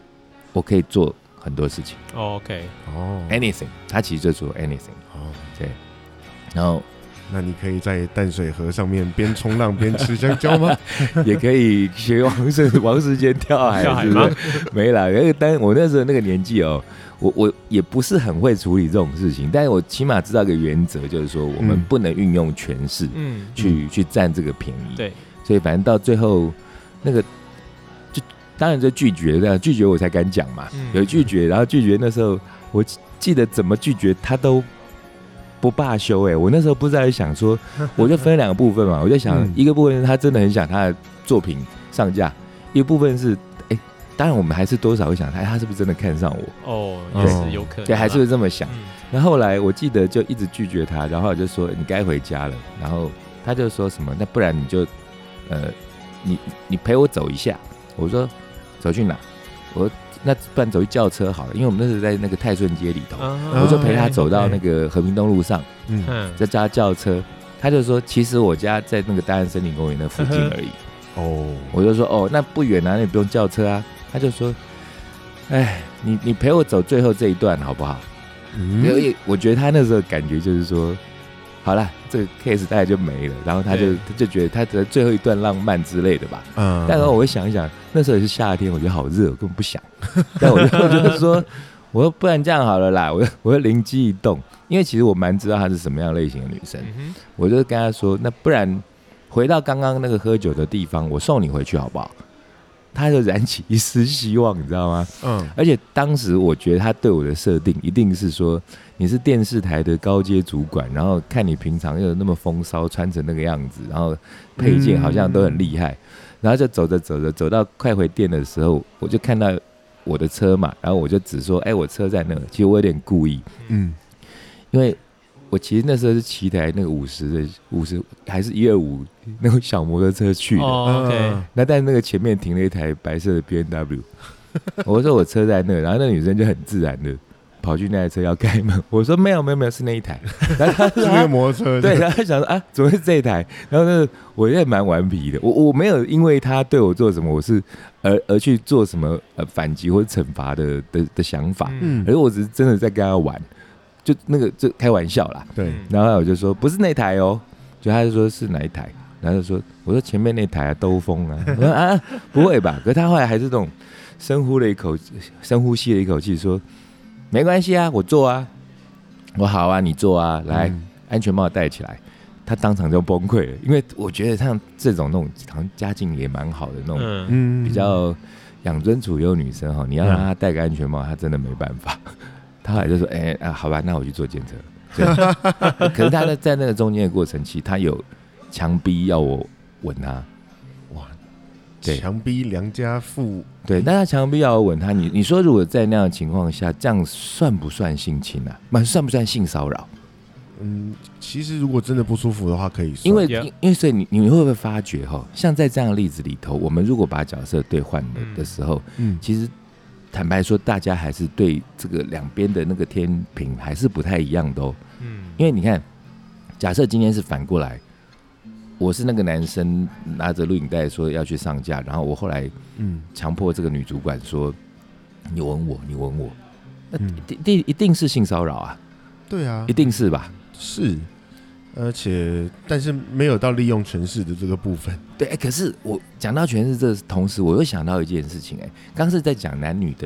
C: 我可以做很多事情
B: 哦，OK，
A: 哦，
C: ，anything。他其实就说 anything，
A: 好，
C: 然后
A: 那你可以在淡水河上面边冲浪边吃香蕉吗？
C: 也可以学王世 王世坚跳海，
B: 跳海
C: 是不
B: 吗
C: 是？没啦，那个但我那时候那个年纪哦，我我也不是很会处理这种事情，但是我起码知道个原则，就是说我们
A: 嗯
C: 不能运用权势
B: 嗯，
C: 去、去占这个便宜。，
B: 对，
C: 所以反正到最后那个就当然就拒绝了，拒绝我才敢讲嘛，
B: 嗯
C: 有拒绝，然后拒绝那时候我记得怎么拒绝他都。不罢休哎、我那时候不知道在想说， 我就分两个部分嘛，我就想
A: 嗯
C: 一个部分是他真的很想他的作品上架，一部分是哎、当然我们还是多少会想他，哎他是不是真的看上我？
B: 哦，
C: 对
B: 也是有可能啊，
C: 对，还是会这么想。
B: 嗯
C: 然后后来我记得就一直拒绝他，然后我就说你该回家了，然后他就说什么那不然你就呃你你陪我走一下，我说走去哪？我说那不然走去轿车好了，因为我们那时候在那个泰顺街里头，
B: 啊
C: 我就陪他
A: 哦
C: 走到那个和平东路上，
A: 嗯，
B: 嗯，
C: 再叫他轿车。他就说其实我家在那个大安森林公园那附近
A: 嗯
C: 而已，
A: 哦，
C: 我就说哦那不远啊，那你不用叫车啊。他就说哎你你陪我走最后这一段好不好？所
A: 嗯，
C: 以我觉得他那时候感觉就是说，好啦，这个 case 大概就没了，然后他就
B: 对
C: 他就觉得他的最后一段浪漫之类的吧。
A: 嗯
C: 但是我会想一想，那时候也是夏天，我觉得好热，我根本 不想。但我就我就是说，我说不然这样好了啦，我就我就灵机一动，因为其实我蛮知道她是什么样类型的女生，
B: 嗯
C: 我就跟她说，那不然回到刚刚那个喝酒的地方，我送你回去好不好？她就燃起一丝希望，你知道吗？
A: 嗯
C: 而且当时我觉得他对我的设定一定是说，你是电视台的高阶主管，然后看你平常又有那么风骚，穿成那个样子，然后配件好像都很厉害，然后就走着走着走到快回店的时候，我就看到我的车嘛，然后我就只说，哎、我车在那。其实我有点故意，
A: 嗯
C: 因为我其实那时候是骑台那个五十的五十还是一 二五那种小摩托车去
B: 哼，
C: 的，
B: 哦，OK，
A: 嗯
C: 那但那个前面停了一台白色的 B N W，我说我车在那，然后那女生就很自然的跑去那台车要开门，我说没有没有没有是那一台， 然后她
A: 是
C: 说
A: 那个
C: 啊
A: 摩托车，
C: 对，，然后她想说啊怎么是这一台？然后那个我也蛮顽皮的，我我没有因为她对我做什么，我是而而去做什么呃反击或者惩罚的的的想法，
B: 嗯
A: 嗯
C: 而，是我只是真的在跟她玩，就那个就开玩笑啦，
A: 对，
B: 嗯
C: 然后我就说不是那台哦，就他就说是哪一台，然后就说我说前面那台啊兜风啊， 我说啊不会吧？可是他后来还是那种深呼了一口深呼吸了一口气说没关系啊，我坐啊，我好啊，你坐啊，来、
A: 嗯
C: 安全帽戴起来。他当场就崩溃了，因为我觉得像这种那种好像家境也蛮好的那种、
B: 嗯，
A: 嗯
C: 比较养尊处优女生哈，你要让她戴个安全帽，她真的没办法。她后来就说：“哎、啊，好吧，那我去坐检测。所以”可是她在在那个中间的过程，其实她有强逼要我吻她，对
A: 强逼良家妇，
C: 对，但她强逼要我吻她，你你说如果在那样的情况下，这样算不算性侵啊？蛮算不算性骚扰？
A: 嗯，其实如果真的不舒服的话，可以算，
C: 因为
B: Yeah
C: 因因为所以你你会不会发觉哈，像在这样的例子里头，我们如果把角色兑换了
B: 嗯
C: 的时候，
A: 嗯
C: 其实坦白说，大家还是对这个两边的那个天平还是不太一样的哦。
B: 嗯，
C: 因为你看，假设今天是反过来，我是那个男生拿着录影带说要去上架，然后我后来
A: 嗯
C: 强迫这个女主管说：“你吻我，你吻我。”
A: 嗯，
C: 一定一定是性骚扰啊，
A: 对啊
C: 呃一，定是吧？
A: 是，而且但是没有到利用权势的这个部分，
C: 对，哎、可是我讲到全是这，同时我又想到一件事情、哎，刚是在讲男女的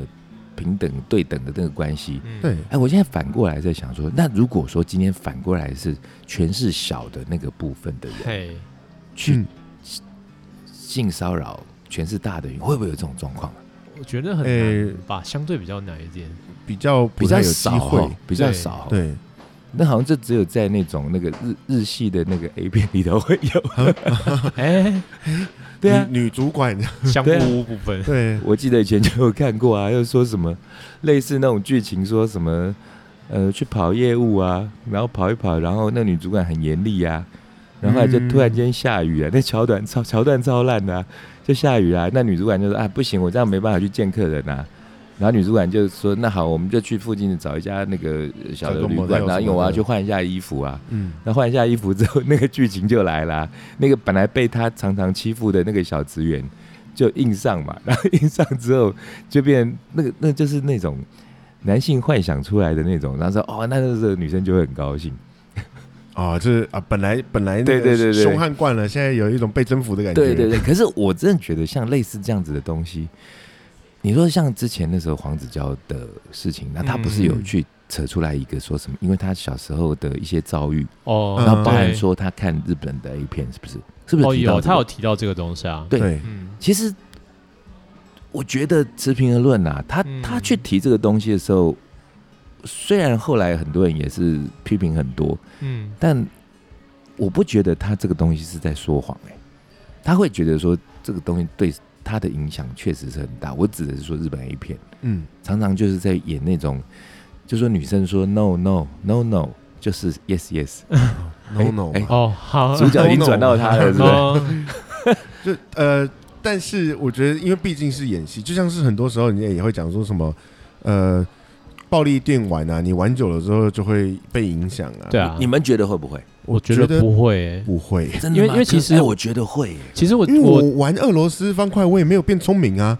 C: 平等对等的那个关系，
B: 嗯
A: 对，，
C: 哎，我现在反过来在想说，那如果说今天反过来是全是小的那个部分的人
B: 嘿，
C: 去
A: 嗯
C: 性骚扰全是大的人，会不会有这种状况啊、
B: 我觉得很
A: 诶
B: 难吧，相对比较难一 点，
A: 比较
C: 比
A: 不太
C: 较
A: 有机
C: 少
A: 会
C: 哦，，比较
B: 对
C: 少。，
A: 对，
C: 那好像就只有在那种那个日日系的那个 A 片里头会有。
B: 哎，
C: 对啊，
A: 女女主管，
B: 相
C: 对啊
B: 互部分，
A: 对，
C: 我记得以前就有看过啊， 又说什么类似那种剧情，说什么呃去跑业务啊，然后跑一跑，然后那女主管很严厉啊，然后后来就
A: 嗯
C: 突然间下雨啊，那 桥段超桥段超烂的啊、就下雨啊，那女主管就说啊不行，我这样没办法去见客人啊。然后女主管就说：“那好，我们就去附近找一家那个呃小
A: 找
C: 的
A: 个
C: 旅
A: motel
C: 馆，然后因
A: 什么
C: 为我要
A: 的
C: 去换一下衣服啊。
A: 嗯
C: 那换一下衣服之后，那个剧情就来啦。那个本来被他常常欺负的那个小职员就硬上嘛， 然后硬上之后就变那个，那就是那种男性幻想出来的那种。然后说哦，那这个女生就会很高兴。
A: 啊，就是啊，本来本来那
C: 对
A: 个
C: 对对对
A: 凶悍惯了，现在有一种被征服的感觉，
C: 对对对，可是我真的觉得像类似这样子的东西，你说像之前那时候黄子佼的事情，那他不是有
A: 嗯
C: 去扯出来一个说什么？因为他小时候的一些遭遇，
B: 哦，
A: 嗯
C: 然后包含
B: 对
C: 说他看日本的 A 片，是不是？是不是
B: 哦，
C: 提到
B: 有
C: 这个
B: 他有提到这个东西啊，
C: 对
A: 对
B: 嗯，
C: 其实我觉得持平而论啊，他
B: 嗯
C: 他去提这个东西的时候，虽然后来很多人也是批评很多，
B: 嗯
C: 但我不觉得他这个东西是在说谎、欸，他会觉得说这个东西对他的影响确实是很大。我指的是说日本 A 片
A: 嗯
C: 常常就是在演那种，就说女生说 no no no no，就是 yes yes，
A: ，no no，
C: 哎
B: 哦，好，
C: 主角已经转到他 了，是不是？
B: 哦，
A: 就呃，但是我觉得，因为毕竟是演戏，就像是很多时候人家也会讲说什么，呃，暴力电玩啊，你玩久了之后就会被影响啊。
B: 对，啊，
C: 你们觉得会不会？
B: 我觉得不会欸。
A: 不会，
C: 真的
B: 因为
C: 吗
B: 因为其
C: 可
B: 实
C: 哎
B: 我
C: 我觉得会、欸
B: 其实我
A: 因为
B: 我
A: 我玩俄罗斯方块，我也没有变聪明啊。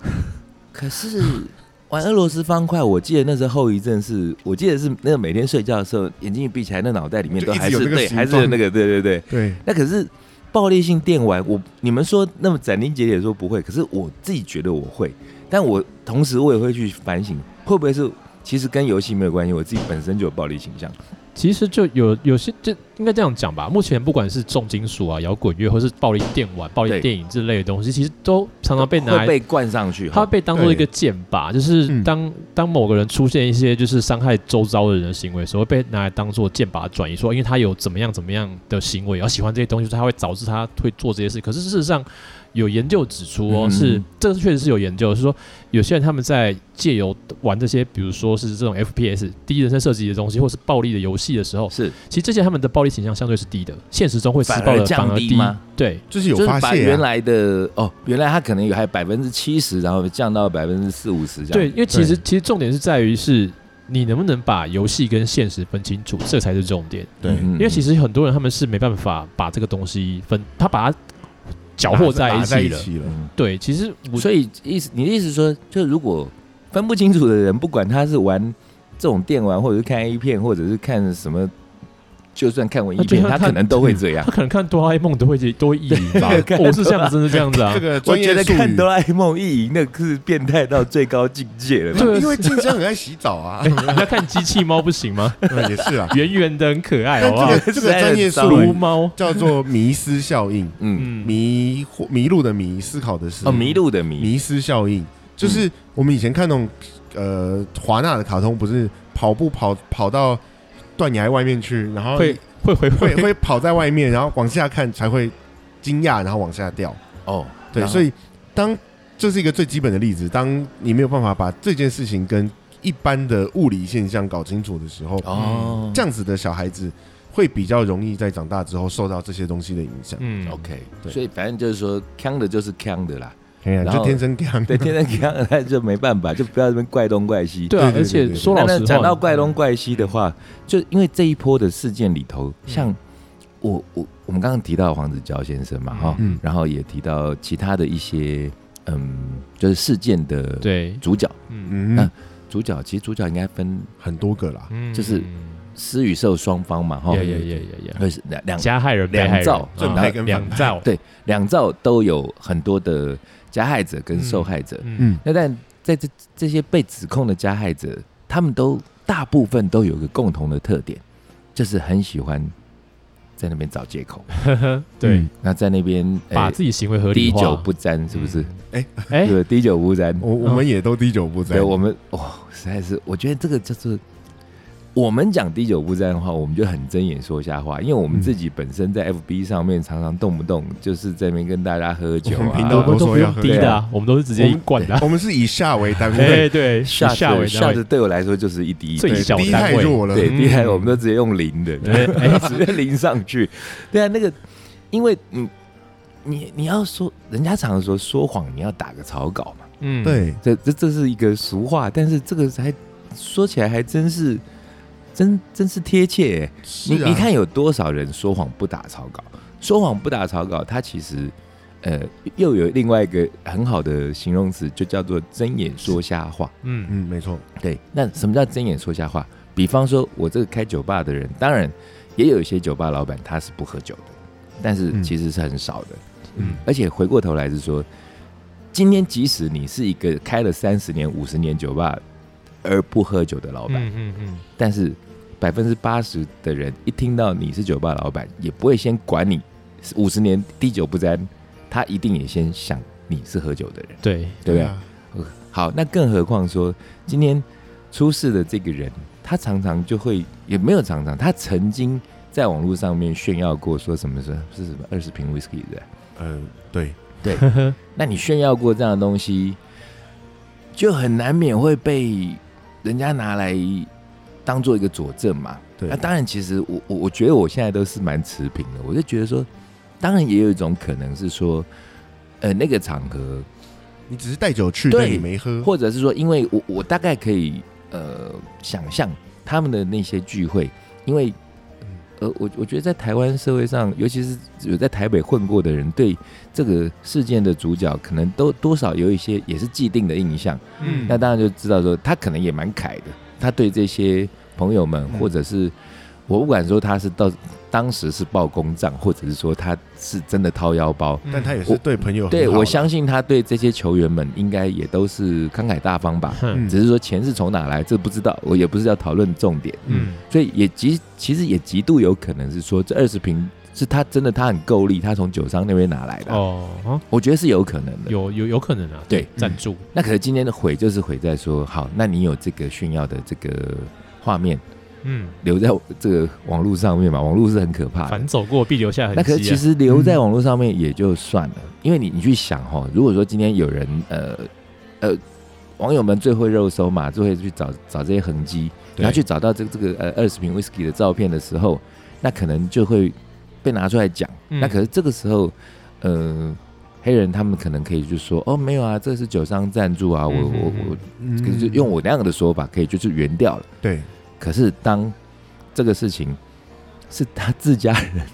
C: 可是 玩俄罗斯方块，我记得那时候后遗症是，我记得是那个每天睡觉的时候，眼睛一闭起来，那脑袋里面
A: 就
C: 都
A: 一直
C: 还
A: 有
C: 是
A: 那个
C: 对，
A: 形
C: 还是
A: 状
C: 有那个对对对。
A: 对，
C: 那可是暴力性电玩，我你们说那么斩钉截铁说不会，可是我自己觉得我会，但我同时我也会去反省，会不会是其实跟游戏没有关系，我自己本身就有暴力倾向。
B: 其实就有有些，就应该这样讲吧。目前不管是重金属啊、摇滚乐，或是暴力电玩、暴力
C: 对
B: 电影之类的东西，其实都常常被拿
C: 会
B: 来，
C: 被冠上去
B: 它
C: 哈。
B: 被当做一个剑拔，就是
A: 嗯
B: 当、当某个人出现一些就是伤害周遭的人的行为的时候，会被拿来当做剑拔转移，说因为他有怎么样怎么样的行为，而喜欢这些东西，所以他会导致他会做这些事。可是事实上，有研究指出哦，
C: 嗯
B: 是这个确实是有研究，是说有些人他们在借由玩这些，比如说是这种 FPS 第一人称射击的东西，或是暴力的游戏的时候，
C: 是，
B: 其实这些他们的暴力倾向相对是低的，现实中会施
C: 反而
B: 暴的
C: 降
B: 反而
C: 低
B: 低
C: 吗。
B: 对，
A: 就是有
C: 就是
A: 发
C: 把
A: 泄
C: 原
A: 啊，
C: 来的哦，原来他可能有还百分之七十，然后降到百分之四五十这样。
B: 对，因为其实
A: 对
B: 其实重点是在于是你能不能把游戏跟现实分清楚，这才是重点。
A: 对，
C: 嗯，
B: 因为其
C: 实
B: 实很多人他们是没办法把这个东西分，他把它搅和在一
A: 打在
B: 起
A: 一
B: 了。
A: 起
C: 嗯
A: 了，
B: 对，其实我
C: 所以意思你的意思说，就如果分不清楚的人，不管他是玩这种电玩，或者是看 A 片，或者是看什么，就算看
A: 啊
C: 文艺
B: 那就
C: 片，
B: 像
C: 他
B: 看
C: 可能都会这样
B: 他。可能看哆啦 A 梦都会都会意淫吧
C: 对看，
B: 我是这样子，真的这样子啊
A: 这。个
C: 我
A: 专
C: 觉
A: 业
C: 得
A: 术
C: 看
A: 语
C: 哆，啦 A 梦意淫，那是变态到最高境界 了吧。
B: 对，
A: 因为静香很爱洗澡 啊，
B: 你要哎看机器猫不行吗？
A: 对也是啊。
B: 圆圆的很 可爱，
A: 但
B: 好不好？
A: 这个这个专业术
B: 撸
A: 语
B: 猫，
A: 叫做迷思效应，
C: 嗯，
B: 嗯，
A: 迷惑迷路的迷，思考的思
C: 哦，，迷路的迷，
A: 迷思效
C: 嗯
A: 应，就是我们以前看那种呃华纳的卡通，不是跑步跑跑到断崖外面去，然后
B: 会会会
A: 会
B: 会，
A: 会跑在外面，然后往下看才会惊讶，然后往下掉。
C: 哦，
A: 对，
C: 然后
A: 所以当这是一个最基本的例子，当你没有办法把这件事情跟一般的物理现象搞清楚的时候，
C: 哦，
A: 嗯这样子的小孩子会比较容易在长大之后受到这些东西的影响。
B: 嗯
C: OK，
A: 对
C: 所以反正就是说，康的就是康的啦。
A: 哎呀，
C: 然后
A: 就天生这样。
C: 对，天生这样，那就没办法，就不要这边怪东怪西。
B: 对啊，
A: 对对对
B: 而且
A: 对嗯
B: 说
C: 那
B: 老
C: 那
B: 实话，
C: 讲到怪
B: 嗯
C: 东怪西的话，就因为这一波的事件里头，
B: 嗯
C: 像我我我们刚刚提到黄子佼先生嘛，哈、
A: 嗯
C: 然后也提到其他的一些嗯，就是事件的
B: 对，
C: 主角，
B: 嗯
A: 嗯
C: 那，主角其实主角应该分
A: 很多个啦。
B: 嗯
C: 就是施与受双方
A: 哦
C: 嘛，哈，
B: 也也也也也，
C: 会是两两
B: 加害人、被
C: 两
B: 害人
C: 造
B: 嗯
A: 正
C: 派
A: 跟
B: 两
A: 反派
B: 造，
C: 对两造都有很多的加害者跟受害者，
B: 嗯
A: 嗯，
C: 那但在这这些被指控的加害者，他们都大部分都有一个共同的特点，就是很喜欢在那边找借口，
B: 呵呵对
A: 嗯，，
C: 那在那边、哎
B: 把自己行为合理
C: 滴
B: 化，
C: 酒不沾，是不是？
B: 哎，
C: 对，滴酒不沾。
B: 嗯
A: 我我们也都滴酒不沾
C: 对，。我们哇、实在是，我觉得这个就是我们讲滴酒不沾的话，我们就很睁眼说瞎话，因为我们
A: 嗯
C: 自己本身在 FB 上面常常动不动就是在那边跟大家喝酒
A: 我们频
B: 我
A: 道
C: 啊
B: 们
A: 都
B: 都
A: 说
B: 不
A: 要
B: 用
A: 喝
B: 低的啊，我们都是直接一罐 的啊，
A: 我们是以下为单位，
B: 哎，对，以
C: 下
B: 下为
C: 下
B: 单
C: 次
B: 位，
C: 对我来说就是一滴一滴
B: 最
A: 对
B: 小
A: 低
B: 单
A: 太
B: 位
A: 弱了。
C: 对，
B: 嗯
C: 厉害，我们都直接用零的，
B: 哎 哎
C: 直接零上 去。对啊，那个，因为你你你要说，人家常说说谎，你要打个草稿嘛，
B: 嗯，
A: 对，
C: 这这这是一个俗话，但是这个还说起来还真是真真是贴切耶、
A: 是
C: 你
A: 啊
C: 你看有多少人说谎不打草稿？说谎不打草稿，它其实。呃，又有另外一个很好的形容词，就叫做睁眼说瞎话。
B: 嗯，
A: 嗯，没错，
C: 对，那什么叫睁眼说瞎话？比方说，我这个开酒吧的人，当然也有一些酒吧老板他是不喝酒的，但是
A: 嗯
C: 其实是很少的。
A: 嗯
C: 而且回过头来是说，今天即使你是一个开了三十年、五十年酒吧而不喝酒的老板，
B: 嗯嗯嗯，
C: 但是百分之八十的人一听到你是酒吧老板，也不会先管你五十年滴酒不沾，他一定也先想你是喝酒的人，
B: 对，
C: 对不对？
A: 啊，
C: 好，那更何况说今天出事的这个人，他常常就会也没有常常，他曾经在网络上面炫耀过说什么是是什么二十瓶 whisky 的，
A: 呃，对，
B: 呵呵
C: 那你炫耀过这样的东西，就很难免会被人家拿来当做一个佐证嘛。
A: 对
C: 那当然，其实我我我觉得我现在都是蛮持平的，我就觉得说，当然也有一种可能是说，呃，那个场合
A: 你只是带酒去，
C: 对
A: 但你没喝，
C: 或者是说，因为我我大概可以呃想象他们的那些聚会，因为呃我我觉得在台湾社会上，尤其是有在台北混过的人，对这个事件的主角可能都多少有一些也是既定的印象。
B: 嗯
C: 那当然就知道说他可能也蛮凯的，他对这些朋友们
A: 嗯
C: 或者是我不管说他是到当时是报公账，或者是说他是真的掏腰包，
B: 嗯
A: 但他也是
C: 我
A: 对朋友很
C: 对
A: 哦好
C: 我
A: 啦
C: 相信他对这些球员们应该也都是慷慨大方吧。
B: 哼
A: 嗯
C: 只是说钱是从哪来，这不知道，我也不是要讨论重点，
B: 嗯
A: 嗯
C: 所以也极其实也极度有可能是说这二十平是他真的他很够力，他从酒商那边拿来的，
B: 哦，啊
C: 我觉得是有可能的。
B: 有有有可能啊，
C: 对
B: 赞助，
C: 那可是今天的毁就是毁在说，好，那你有这个炫耀的这个画面
B: 嗯，
C: 留在这个网络上面嘛？网络是很可怕的，
B: 反走过必留下痕迹
C: 啊那
B: 啊。
C: 可是其实留在网络上面也就算了，因为你你去想哈、如果说今天有人呃呃网友们最会肉搜嘛，最会去找找这些痕迹，
A: 对
C: 然后去找到这这个呃二十瓶 whisky 的照片的时候，那可能就会被拿出来讲。
B: 嗯
C: 那可是这个时候，呃，黑人他们可能可以就说哦没有啊，这是酒商赞助啊，我
B: 嗯
C: 我
B: 嗯
C: 我，
A: 嗯
C: 可是就用我那样的说法，可以就是圆掉了。
A: 对
C: 可是当这个事情是他自家人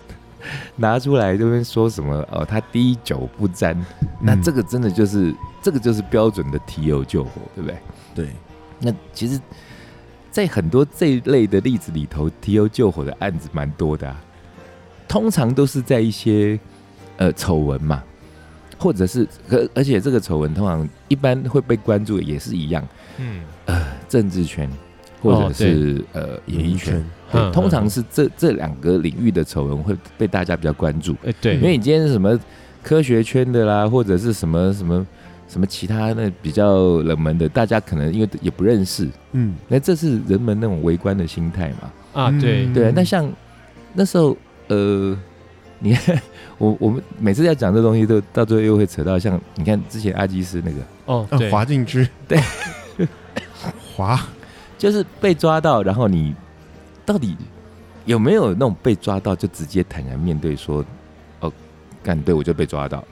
C: 拿出来这边说什么哦，他滴酒不沾，那
A: 嗯
C: 这个真的就是这个就是标准的提油救火，对不对？
A: 对
C: 那其实，在很多这一类的例子里头，提油救火的案子蛮多的、啊，通常都是在一些呃丑闻嘛，或者是而而且这个丑闻通常一般会被关注，也是一样，
B: 嗯，
C: 政治圈或
B: 哦
C: 者
B: 对
C: 是、呃演艺圈。对
B: 嗯
C: 通常是这这两个领域的丑闻会被大家比较关注，
B: 哎对，
C: 因为你今天是什么科学圈的啦，或者是什么什么什么其他那比较冷门的，大家可能因为也不认识，
A: 嗯
C: 那这是人们那种围观的心态嘛。
B: 啊
A: 嗯
B: 对，
C: 对，那像那时候呃，你看 我我们每次要讲这东西都到最后又会扯到像你看之前阿基斯那个，
B: 哦
A: 啊
B: 对，
A: 滑进去
C: 对
A: 滑
C: 就是被抓到，然后你到底有没有那种被抓到就直接坦然面对说，哦，干对我就被抓到，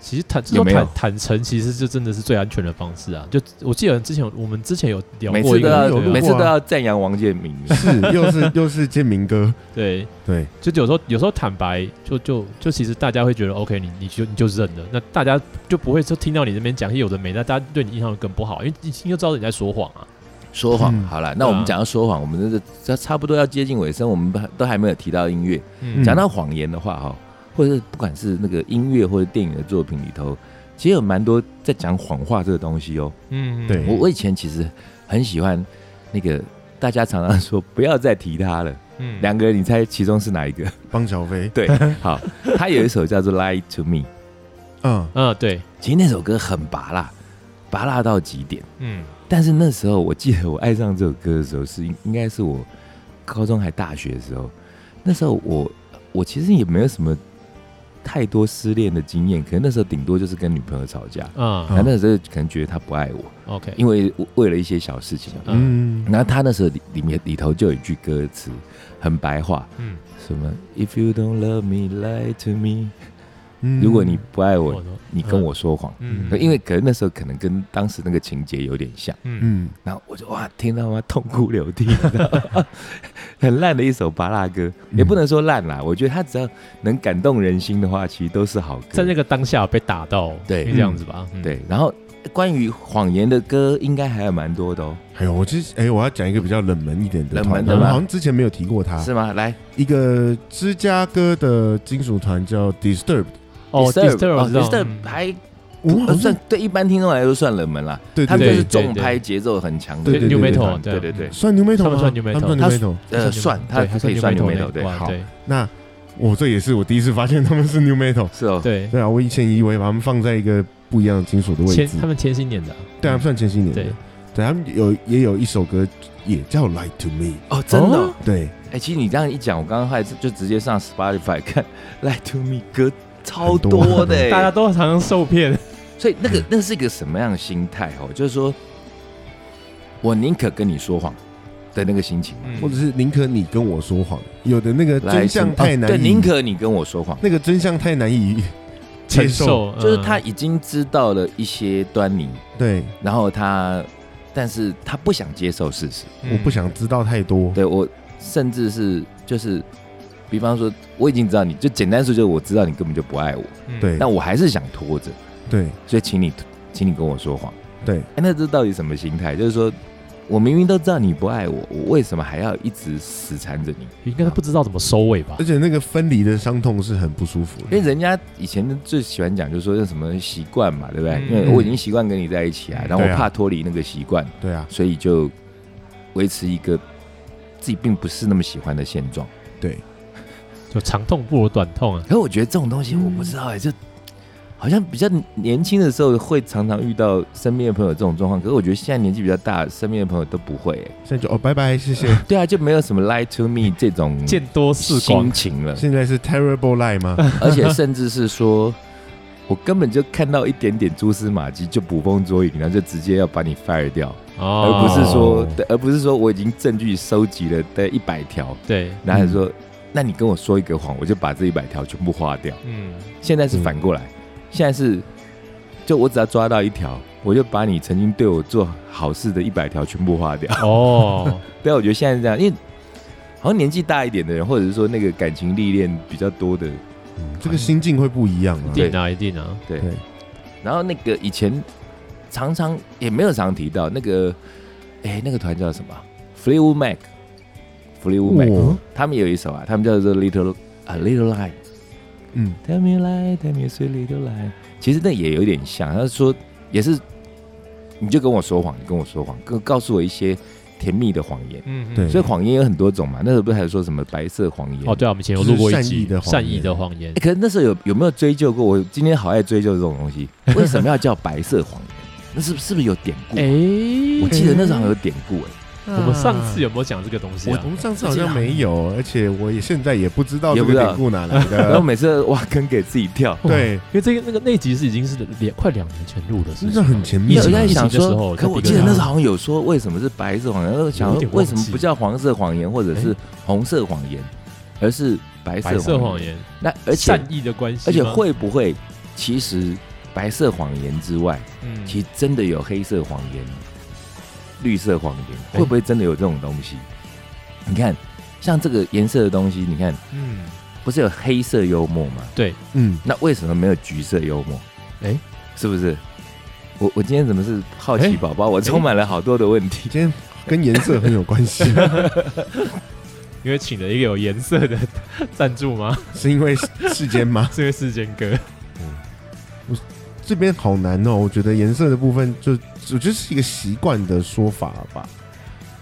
B: 其实坦这
C: 有
B: 种
C: 没有
B: 坦坦诚，其实就真的是最安全的方式啊。就我记得之前有我们之前有聊
C: 每
B: 过
C: 次
B: 一
C: 都
B: 个
C: 要
A: 有
B: 对啊
A: 录
C: 每次
A: 过啊
C: 都要赞扬王建 民，
A: 是又是又是建明哥
B: 对，
A: 对
B: 就有时候有时候坦白，就就就其实大家会觉得 OK，你你就你就认了，那大家就不会说听到你这边讲一些哎有的没，那大家对你印象更不好，因为一听就知道你在说谎啊。
C: 说谎。
A: 嗯
C: 好了，那我们讲到说谎，我们这差不多要接近尾声，我们都还没有提到音乐。
B: 嗯
C: 讲到谎言的话，哈，或者是不管是那个音乐或者电影的作品里头，其实有蛮多在讲谎话这个东西哦。
B: 嗯
A: 对
C: 我我以前其实很喜欢那个，大家常常说不要再提他了。
B: 嗯
C: 两个人，你猜其中是哪一 个？
A: 帮小飞
C: 对， 好，他有一首叫做《Lie to Me》，
A: 嗯
B: 嗯对
C: 其实那首歌很拔辣，拔辣到极点。
B: 嗯
C: 但是那时候我记得我爱上这首歌的时候是应应该是我高中还大学的时候，那时候我我其实也没有什么太多失恋的经验，可能那时候顶多就是跟女朋友吵架，
B: 啊
C: 然后那时候可能觉得她不爱我，
B: OK
C: 因为为了一些小事情。
A: 嗯
C: 然后她那时候里里面里头就有一句歌词很白话，
B: 嗯，
C: 什么 “If you don't love me, lie to me”，如
A: 嗯
C: 果你不爱我，
B: 说
C: 你跟我说谎。
B: 嗯
C: 因为可能那时候可能跟当时那个情节有点像。
B: 嗯
A: 嗯
C: 然后我就哇，听到吗？痛哭流涕，你知道吗很烂的一首巴拉歌，也不能说烂啦。我觉得他只要能感动人心的话，其实都是好歌。
B: 在那个当下被打到，
C: 对
B: 是这样子吧？嗯，
C: 对，然后关于谎言的歌，应该还有蛮多的哦，
A: 还有我其实哎我要讲一个比较冷门一点的
C: 冷门
A: 团，
C: 的
A: 我们
C: 吗
A: 好像之前没有提过他
C: 是吗？来
A: 一个芝加哥的金属团叫 Disturbed，
B: 哦
C: Disturb，
B: ，Disturb 我
C: 哦
B: 知道
C: Disturb
B: 嗯
C: 还
A: 我好
C: 不
A: 像
C: 哦算对一般听众来说算冷门啦，
A: 对
C: 他
A: 对
C: 们就是
A: 对
C: 重拍节奏很强的
A: 对对
B: New
A: 对
B: Metal，
C: 对对对，
A: 算 New Metal
B: 他
A: 吗
B: 们算 New
A: 他们
B: Metal
A: 算 New Metal
C: 呃，算他
B: 他
C: 可以算
B: New
C: New
B: Metal
C: Metal 对，
B: 哇
A: 好
B: 对
A: 那我这也是我第一次发现他们是 New Metal。
C: 是哦，
B: 对，
A: 对啊，我以前以为把他们放在一个不一样的金属的位
B: 前
A: 置
B: 他，们前些年的啊，
A: 对啊，算前些年的
B: 对。
A: 对，他们有也有一首歌也叫《Lie to Me
C: 哦，真的哦。》，
A: 对，
C: 哎，其实你这样一讲，我刚刚还是就直接上 Spotify 看《Lie to Me》歌超
A: 很多
C: 多的欸，
B: 大家都常常受骗。
C: 所以那
A: 嗯
C: 个那是一个什么样的心态哦？就是说我宁可跟你说谎的那个心情嘛，
B: 嗯
A: 或者是宁可你跟我说谎，有的那个真相太难
C: 哦对，
A: 以，
C: 宁可你跟我说谎，
A: 那个真相太难以接
B: 承
A: 受，
B: 受，嗯
C: 就是他已经知道了一些端倪，
A: 对，
C: 然后他，但是他不想接受事实。
B: 嗯
A: 我不，想知道太多，
C: 对我，甚至是就是，比方说我已经知道你，就简单说就是我知道你根本就不爱我，
B: 嗯
A: 对
C: 但我还是想拖着，
A: 对
C: 所以请你，请你跟我说谎。
A: 对，
C: 哎，那这到底什么心态？就是说，我明明都知道你不爱我，我为什么还要一直死缠着你？
B: 应该是不知道怎么收尾吧
A: 而？且那个分离的伤痛是很不舒服
C: 因为
A: 的。
C: 人家以前最喜欢讲，就是说那什么习惯嘛，对不对？
B: 嗯
C: 因为我已经习惯跟你在一起啊，然后
A: 对
C: 我
A: 啊
C: 怕脱离那个习惯，
A: 对啊，
C: 所以就维持一个自己并不是那么喜欢的现状。
A: 对，
B: 就长痛不如短痛啊。
C: 可是我觉得这种东西我不知道哎、就好像比较年轻的时候会常常遇到身边的朋友这种状况，可是我觉得现在年纪比较大，身边的朋友都不会、哎
A: 现在就哦，拜拜，谢 谢。
C: 对啊，就没有什么 lie to me 这种
A: 嗯
B: 见多识广
C: 心，情了，
A: 现在是 terrible lie 吗？
C: 而且甚至是说。我根本就看到一点点蛛丝马迹，就捕风捉影，然后就直接要把你 fire 掉，而
B: 哦
C: 不是说，对而不是说我已经证据收集了的一百条，
B: 对，
C: 然后还
B: 嗯
C: 说，那你跟我说一个谎，我就把这一百条全部花掉。
B: 嗯，
C: 现在是反过来，现在是就我只要抓到一条，我就把你曾经对我做好事的一百条全部花掉。
B: 哦，
C: 对啊，我觉得现在是这样，因为好像年纪大一点的人，或者是说那个感情历练比较多的，
A: 嗯这个心境会不一样啊
B: 一。定啊，一定啊，
C: 对。
A: 对
C: 然后那个以前常常也没有常提到那个，哎，那个团叫什么？Fleetwood Mac。Fleetwood Mac，、
A: 我
C: 他们有一首啊，他们叫做 Little A Little Lie。
A: 嗯，
C: Tell me lie, tell me sweet little lie。其实那也有点像，他说也是，你就跟我说谎，你跟我说谎，跟告诉我一些甜蜜的谎言。
B: 嗯，嗯
A: 对
C: 所以谎言有很多种嘛，那时候不是还说什么白色谎言？
B: 哦，对啊，我们以前有录过一集
A: 就是善
B: 善
A: 意
B: 意
A: 的哎
B: 的谎言
C: 诶、，可是那时候有有没有追究过？我今天好爱追究这种东西，为什么要叫白色谎言？那是是不是有典故？
B: 哎
C: 我记得那时候好像有典故哎、
B: 我们上次有没有讲这个东西
C: 嗯
A: 我
B: 啊
A: 我？们上次好像没有，而且我也现在也不知道
C: 也
A: 这
C: 不
A: 个
C: 知道
A: 典故哪来
B: 嗯
C: 然后
A: 的。
C: 每次挖坑给自己跳。
A: 对，
B: 因为这个那个那集是已经是两快两年前录的事
A: 真
B: 情
A: 的
B: 了，
A: 很前
C: 因
A: 面
C: 为我
A: 啊。
C: 在
B: 疫情
C: 想
B: 的时
C: 说，
B: 候
C: 可我
B: 在
C: 记
B: 第
C: 得
B: 二
C: 那时
B: 季
C: 候好像有说为什么是白色谎言，然后想
B: 有
C: 说
B: 点
C: 为
B: 忘
C: 什么
B: 记哎
C: 不叫黄色谎言或者是红色谎言，而是白色
B: 白色
C: 谎
B: 谎。言，
C: 那而且
B: 善意的关系吗，
C: 而且会不会，其实白色谎言之外，
B: 嗯，
C: 其实真的有黑色谎言、绿色谎言，
B: 哎
C: 会不会真的有这种东西？你看，像这个颜色的东西，你看
B: 嗯，
C: 不是有黑色幽默吗？
A: 嗯，
C: 那为什么没有橘色幽默？
B: 哎
C: 是不是？我我今天怎么是好奇
B: 哎
C: 宝宝？我充满了好多的问 题。
A: 今天跟颜色很有关 系，
B: 因为请了一个有颜色的赞助吗？
A: 是因为世间吗？
B: 这个世间哥，
A: 这边好难哦，我觉得颜色的部分就我觉得是一个习惯的说法吧。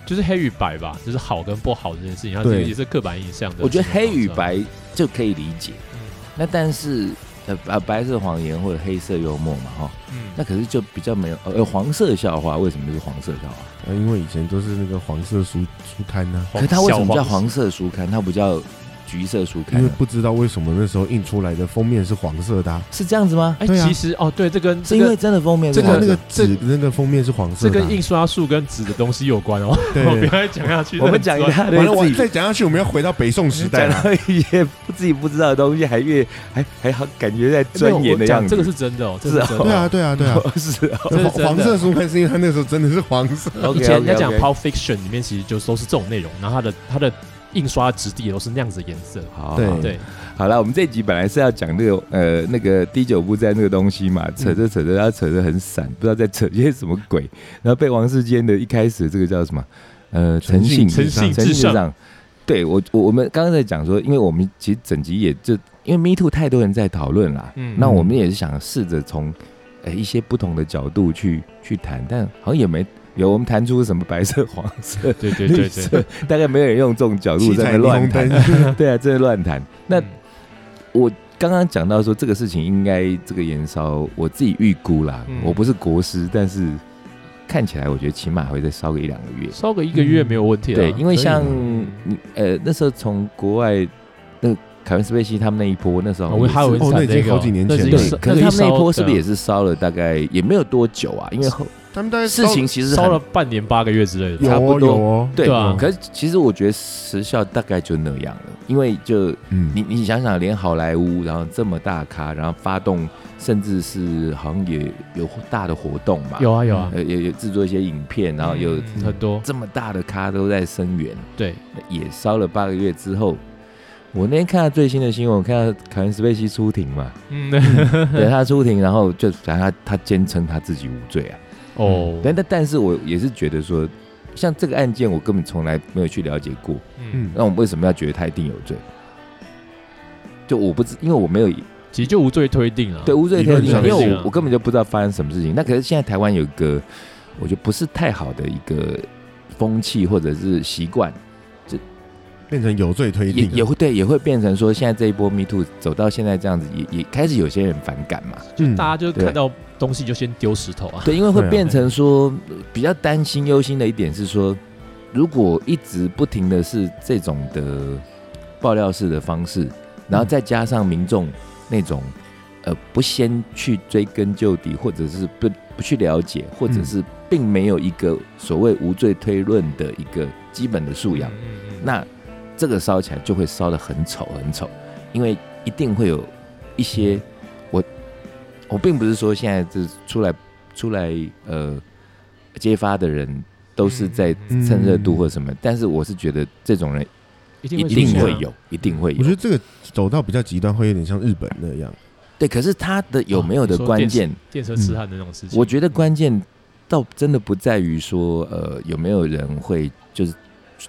B: 就是黑与白吧，就是好跟不好这件事情，它这
A: 对
B: 个也是刻板印象的。
C: 我觉得黑与，白就可以理解，
B: 嗯
C: 那但是呃呃白色谎言或者黑色幽默嘛哈，
B: 嗯，
C: 那可是就比较没有呃呃黄色笑话为什么是黄色笑话？
A: 呃，因为以前都是那个黄色书书刊啊呢、
B: 黄嗯
C: 可是它为什么叫
B: 小
C: 黄色书刊？它不叫橘色书
A: 因
C: 刊啊
A: 为
C: 呢？
A: 不知道为什么那时候印出来的封面是黄色的啊、
C: 是这样子吗？
B: 哎、
A: 对啊
B: 其实哦，对，这跟
C: 是
B: 这
C: 因为
B: 个
C: 真的封面是
B: 这
A: 哇
C: 黄
A: 那
C: 色
A: 个
C: 的？
A: 纸那个封面是黄色
B: 这
A: 的啊、
B: 跟印刷术跟纸的东西有关哦。 我
A: 对。
B: 不要讲下去，
C: 我们讲一
B: 一下，
C: 大堆
A: 完了，我
C: 自己
A: 再讲下去，我们要回到北宋时代
C: 讲
A: 了。
C: 到一些不自己不知道的东西，还越还还好感觉在钻
B: 没有
C: 研
B: 我
C: 的
B: 讲
C: 样子。
B: 这个是真的哦，这
C: 是
B: 个
C: 啊
B: 是真的。
A: 对啊，对啊， 对啊。
C: 是啊
B: 这是真的
A: 黄色书刊是因为它那时候真的是黄色。
B: 以
C: OK，
B: 前人家
C: OK，
B: 讲
C: OK
B: Pulp Fiction 里面其实就都是这种内容，然后它的它的印刷质地都是那样子的颜色。
C: 好
A: 对
C: 好
B: 对，
C: 好了，我们这集本来是要讲那个呃那个第九部在那个东西嘛，扯着扯着，然后扯着很散，不知道在扯些什么鬼，然后被王世坚的一开始这个叫什么呃
A: 诚
C: 诚
A: 信
C: 信
A: 至上
C: 诚信至上，对我我我们刚刚在讲说，因为我们其实整集也就因为 Me Too 太多人在讨论啦，
B: 嗯
C: 那我们也是想试着从呃一些不同的角度去去谈，但好像也没有我们谈出什么白色、黄色、
B: 对对
C: 绿
B: 对对，
C: 色，大概没有人用这种角度
A: 七
C: 在
A: 彩
C: 那
A: 霓
C: 乱
A: 虹
C: 谈
A: 灯，，
C: 对啊，真的乱谈。那
B: 嗯
C: 我刚刚讲到说这个事情应该这个延烧，我自己预估啦，
B: 嗯
C: 我不是国师，但是看起来我觉得起码会再烧个一两个月。
B: 烧个一个月没有问题啊。
C: 对，因为像
A: 可以
C: 你呃那时候从国外那个凯文斯贝西他们那一波，那时候
B: 我们还有
C: 也
B: 人
C: 是
A: 哦那
B: 产
A: 已经
B: 这个
A: 好几年
B: 那
A: 前
B: 已
A: 了
B: 经
C: 对，
B: 烧
C: 可是他们那一波是不是也
B: 烧
C: 是烧了大概也没有多久啊？因为后
A: 他们大概
C: 事情其实
B: 啊烧
C: 很
B: 了半年八个月之类的
A: 有
B: 吧？
C: 差
A: 哦
C: 不多
A: 有哦，
C: 对
B: 对啊，
C: 可是其实我觉得时效大概就那样了，因为就
A: 嗯，
C: 你你想想，连好莱坞，然后这么大咖，然后发动，甚至是好像也有大的活动嘛，
B: 有啊有啊，
C: 呃也也制作一些影片，然后有
B: 嗯很多
C: 这么大的咖都在声援，
B: 对，
C: 也烧了八个月之后。我那天看到最新的新闻，我看到凯文·斯贝西出庭嘛，
B: 嗯，
C: 对他出庭，然后就反正他他坚称他自己无罪啊。
B: 哦，
C: 但但但是我也是觉得说，像这个案件，我根本从来没有去了解过，
B: 嗯，
A: 嗯，
C: 那我为什么要觉得他一定有罪？就我不知，因为我没有
B: 其实就无罪推定啊了。
C: 对无罪
A: 理
C: 推
A: 论
C: 定，
A: 上
C: 因为
B: 是这样
C: 我我根本就不知道发生什么事情。那可是现在台湾有一个，我觉得不是太好的一个风气或者是习惯，
A: 变成有罪推
C: 也
A: 定，
C: 也会对，也会变成说现在这一波 Me Too 走到现在这样子，也也开始有些人反感嘛。
A: 嗯
B: 大家就是
C: 对
B: 看到东西就先丢石头啊。
C: 对，因为
A: 对
C: 会
A: 啊
C: 变成说呃比较担心、忧心的一点是说，如果一直不停的是这种的爆料式的方式，然后再加上民众那种呃不先去追根究底，或者是不不去了解，或者
A: 嗯
C: 是并没有一个所谓无罪推论的一个基本的素养，
B: 嗯嗯嗯
C: 那这个烧起来就会烧得很丑很丑，因为一定会有一些我我并不是说现在这出来出来呃揭发的人都是在
A: 嗯
C: 蹭热度或什么，但是我是觉得这种人
B: 一定
C: 一
B: 会
C: 定
B: 出
C: 会
B: 现啊。
C: 有，一定会
A: 我觉
C: 有。
A: 得这个走到比较极端，会有点像日本那样。
C: 对，可是他的有没有的
B: 哦你说
C: 关
B: 电视
C: 键，
B: 电车痴汉的那种事情，
C: 我觉得关键倒真的不在于说，呃，有没有人会就是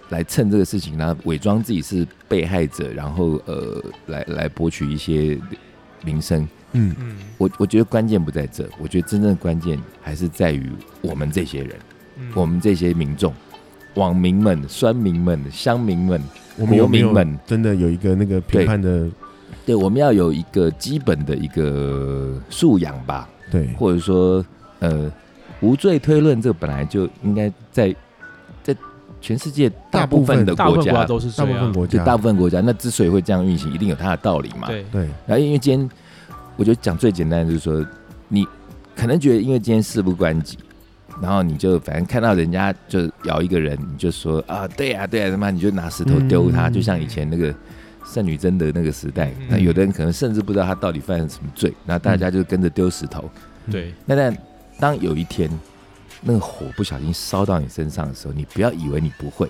C: 来蹭这个事情，然后伪装自己是被害者，然后呃，来来博取一些名声。
A: 嗯，
B: 嗯，
C: 我我觉得关键不在这，我觉得真正的关键还是在于我们这些人，
B: 嗯
C: 我们这些民众、网民们、酸民们、乡民们，
A: 我们有没有
C: 国民们
A: 真的有一个那个评判的
C: 对，我们要有一个基本的一个素养吧。
A: 对？
C: 或者说呃无罪推论，这本来就应该在在全世界大部分的
B: 大部
C: 国
B: 分国
C: 家
B: 家，都是这
A: 大部
B: 样
A: 分，国
C: 对
A: 家，
C: 大部分国家，那之所以会这样运行，一定有它的道理嘛。
B: 对，
A: 对，
C: 然后因为今天，我觉得讲最简单的就是说，你可能觉得因为今天事不关己。然后你就反正看到人家就咬一个人，你就说啊，对呀、对呀、他妈你就拿石头丢他，
A: 嗯
C: 就像以前那个圣女贞德那个时代，
B: 嗯
C: 那有的人可能甚至不知道他到底犯了什么罪，那大家就跟着丢石头，
B: 对，
C: 那但当有一天那个火不小心烧到你身上的时候，你不要以为你不会，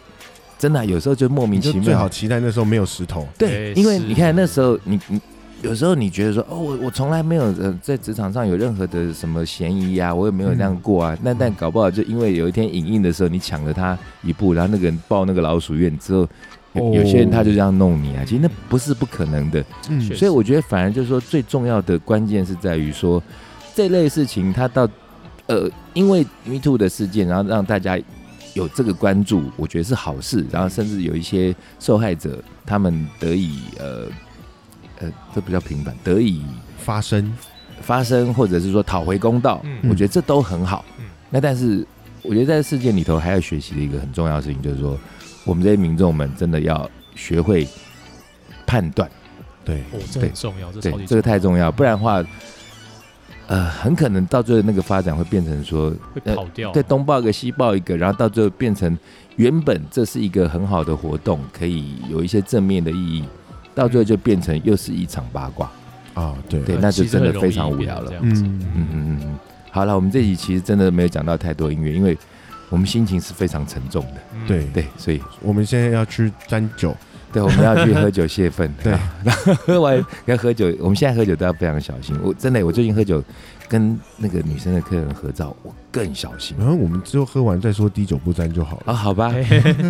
C: 真的啊、有时候就莫名
A: 你就
C: 其
A: 最好
C: 妙。
A: 期待那时候没有石头。
C: 对，
B: 哎
C: 因为
B: 是
C: 你看那时候你你。有时候你觉得说哦，我我从来没有呃在职场上有任何的什么嫌疑啊，我也没有那样过
A: 嗯
C: 啊。那但搞不好就因为有一天影印的时候你抢了他一步，然后那个人报那个老鼠院之后，有,、有些人他就这样弄你啊。其实那不是不可能的，
A: 嗯，
B: 确实
C: 所以我觉得反而就是说最重要的关键是在于说，这类事情它到呃，因为 Me Too 的事件，然后让大家有这个关注，我觉得是好事。然后甚至有一些受害者他们得以呃呃，这不叫平反，得以
A: 发生
C: 发声，或者是说讨回公道，
B: 嗯
C: 我觉得这都很好。
B: 嗯
C: 那但是我觉得在事件里头还要学习的一个很重要的事情，就是说我们这些民众们真的要学会判断。
A: 对，
B: 哦，这
C: 对
B: 很重要，这
C: 对
B: 超级，
C: 这个太重要，不然的话，呃，很可能到最后那个发展会变成说，
B: 会跑掉，
C: 呃对，东报一个西报一个，然后到最后变成原本这是一个很好的活动，可以有一些正面的意义，到最后就变成又是一场八卦。
A: 啊，对，
C: 对
B: 呃
C: 那就
B: 其实
C: 真的
B: 很容易
C: 非常无
B: 变
C: 聊
B: 成
C: 了
B: 这样子，
A: 嗯，
C: 嗯嗯嗯嗯。好了，我们这集其实真的没有讲到太多音乐，因为我们心情是非常沉重的。
B: 嗯
A: 对，
C: 对，所以
A: 我们现在要去沾酒，
C: 对，我们要去喝酒泄 愤。
A: 对，
C: 喝完要喝酒，我们现在喝酒都要非常小心。我真的，我最近喝酒跟那个女生的客人合照，我更小心。
A: 然后我们之后喝完再说滴酒不沾就好
C: 啊，
A: 了。
C: 好吧，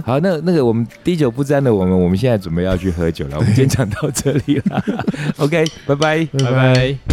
C: 好，那那个我们滴酒不沾的我们，我们现在准备要去喝酒了。我们今天讲到这里了 ，OK，拜拜。
B: 拜拜。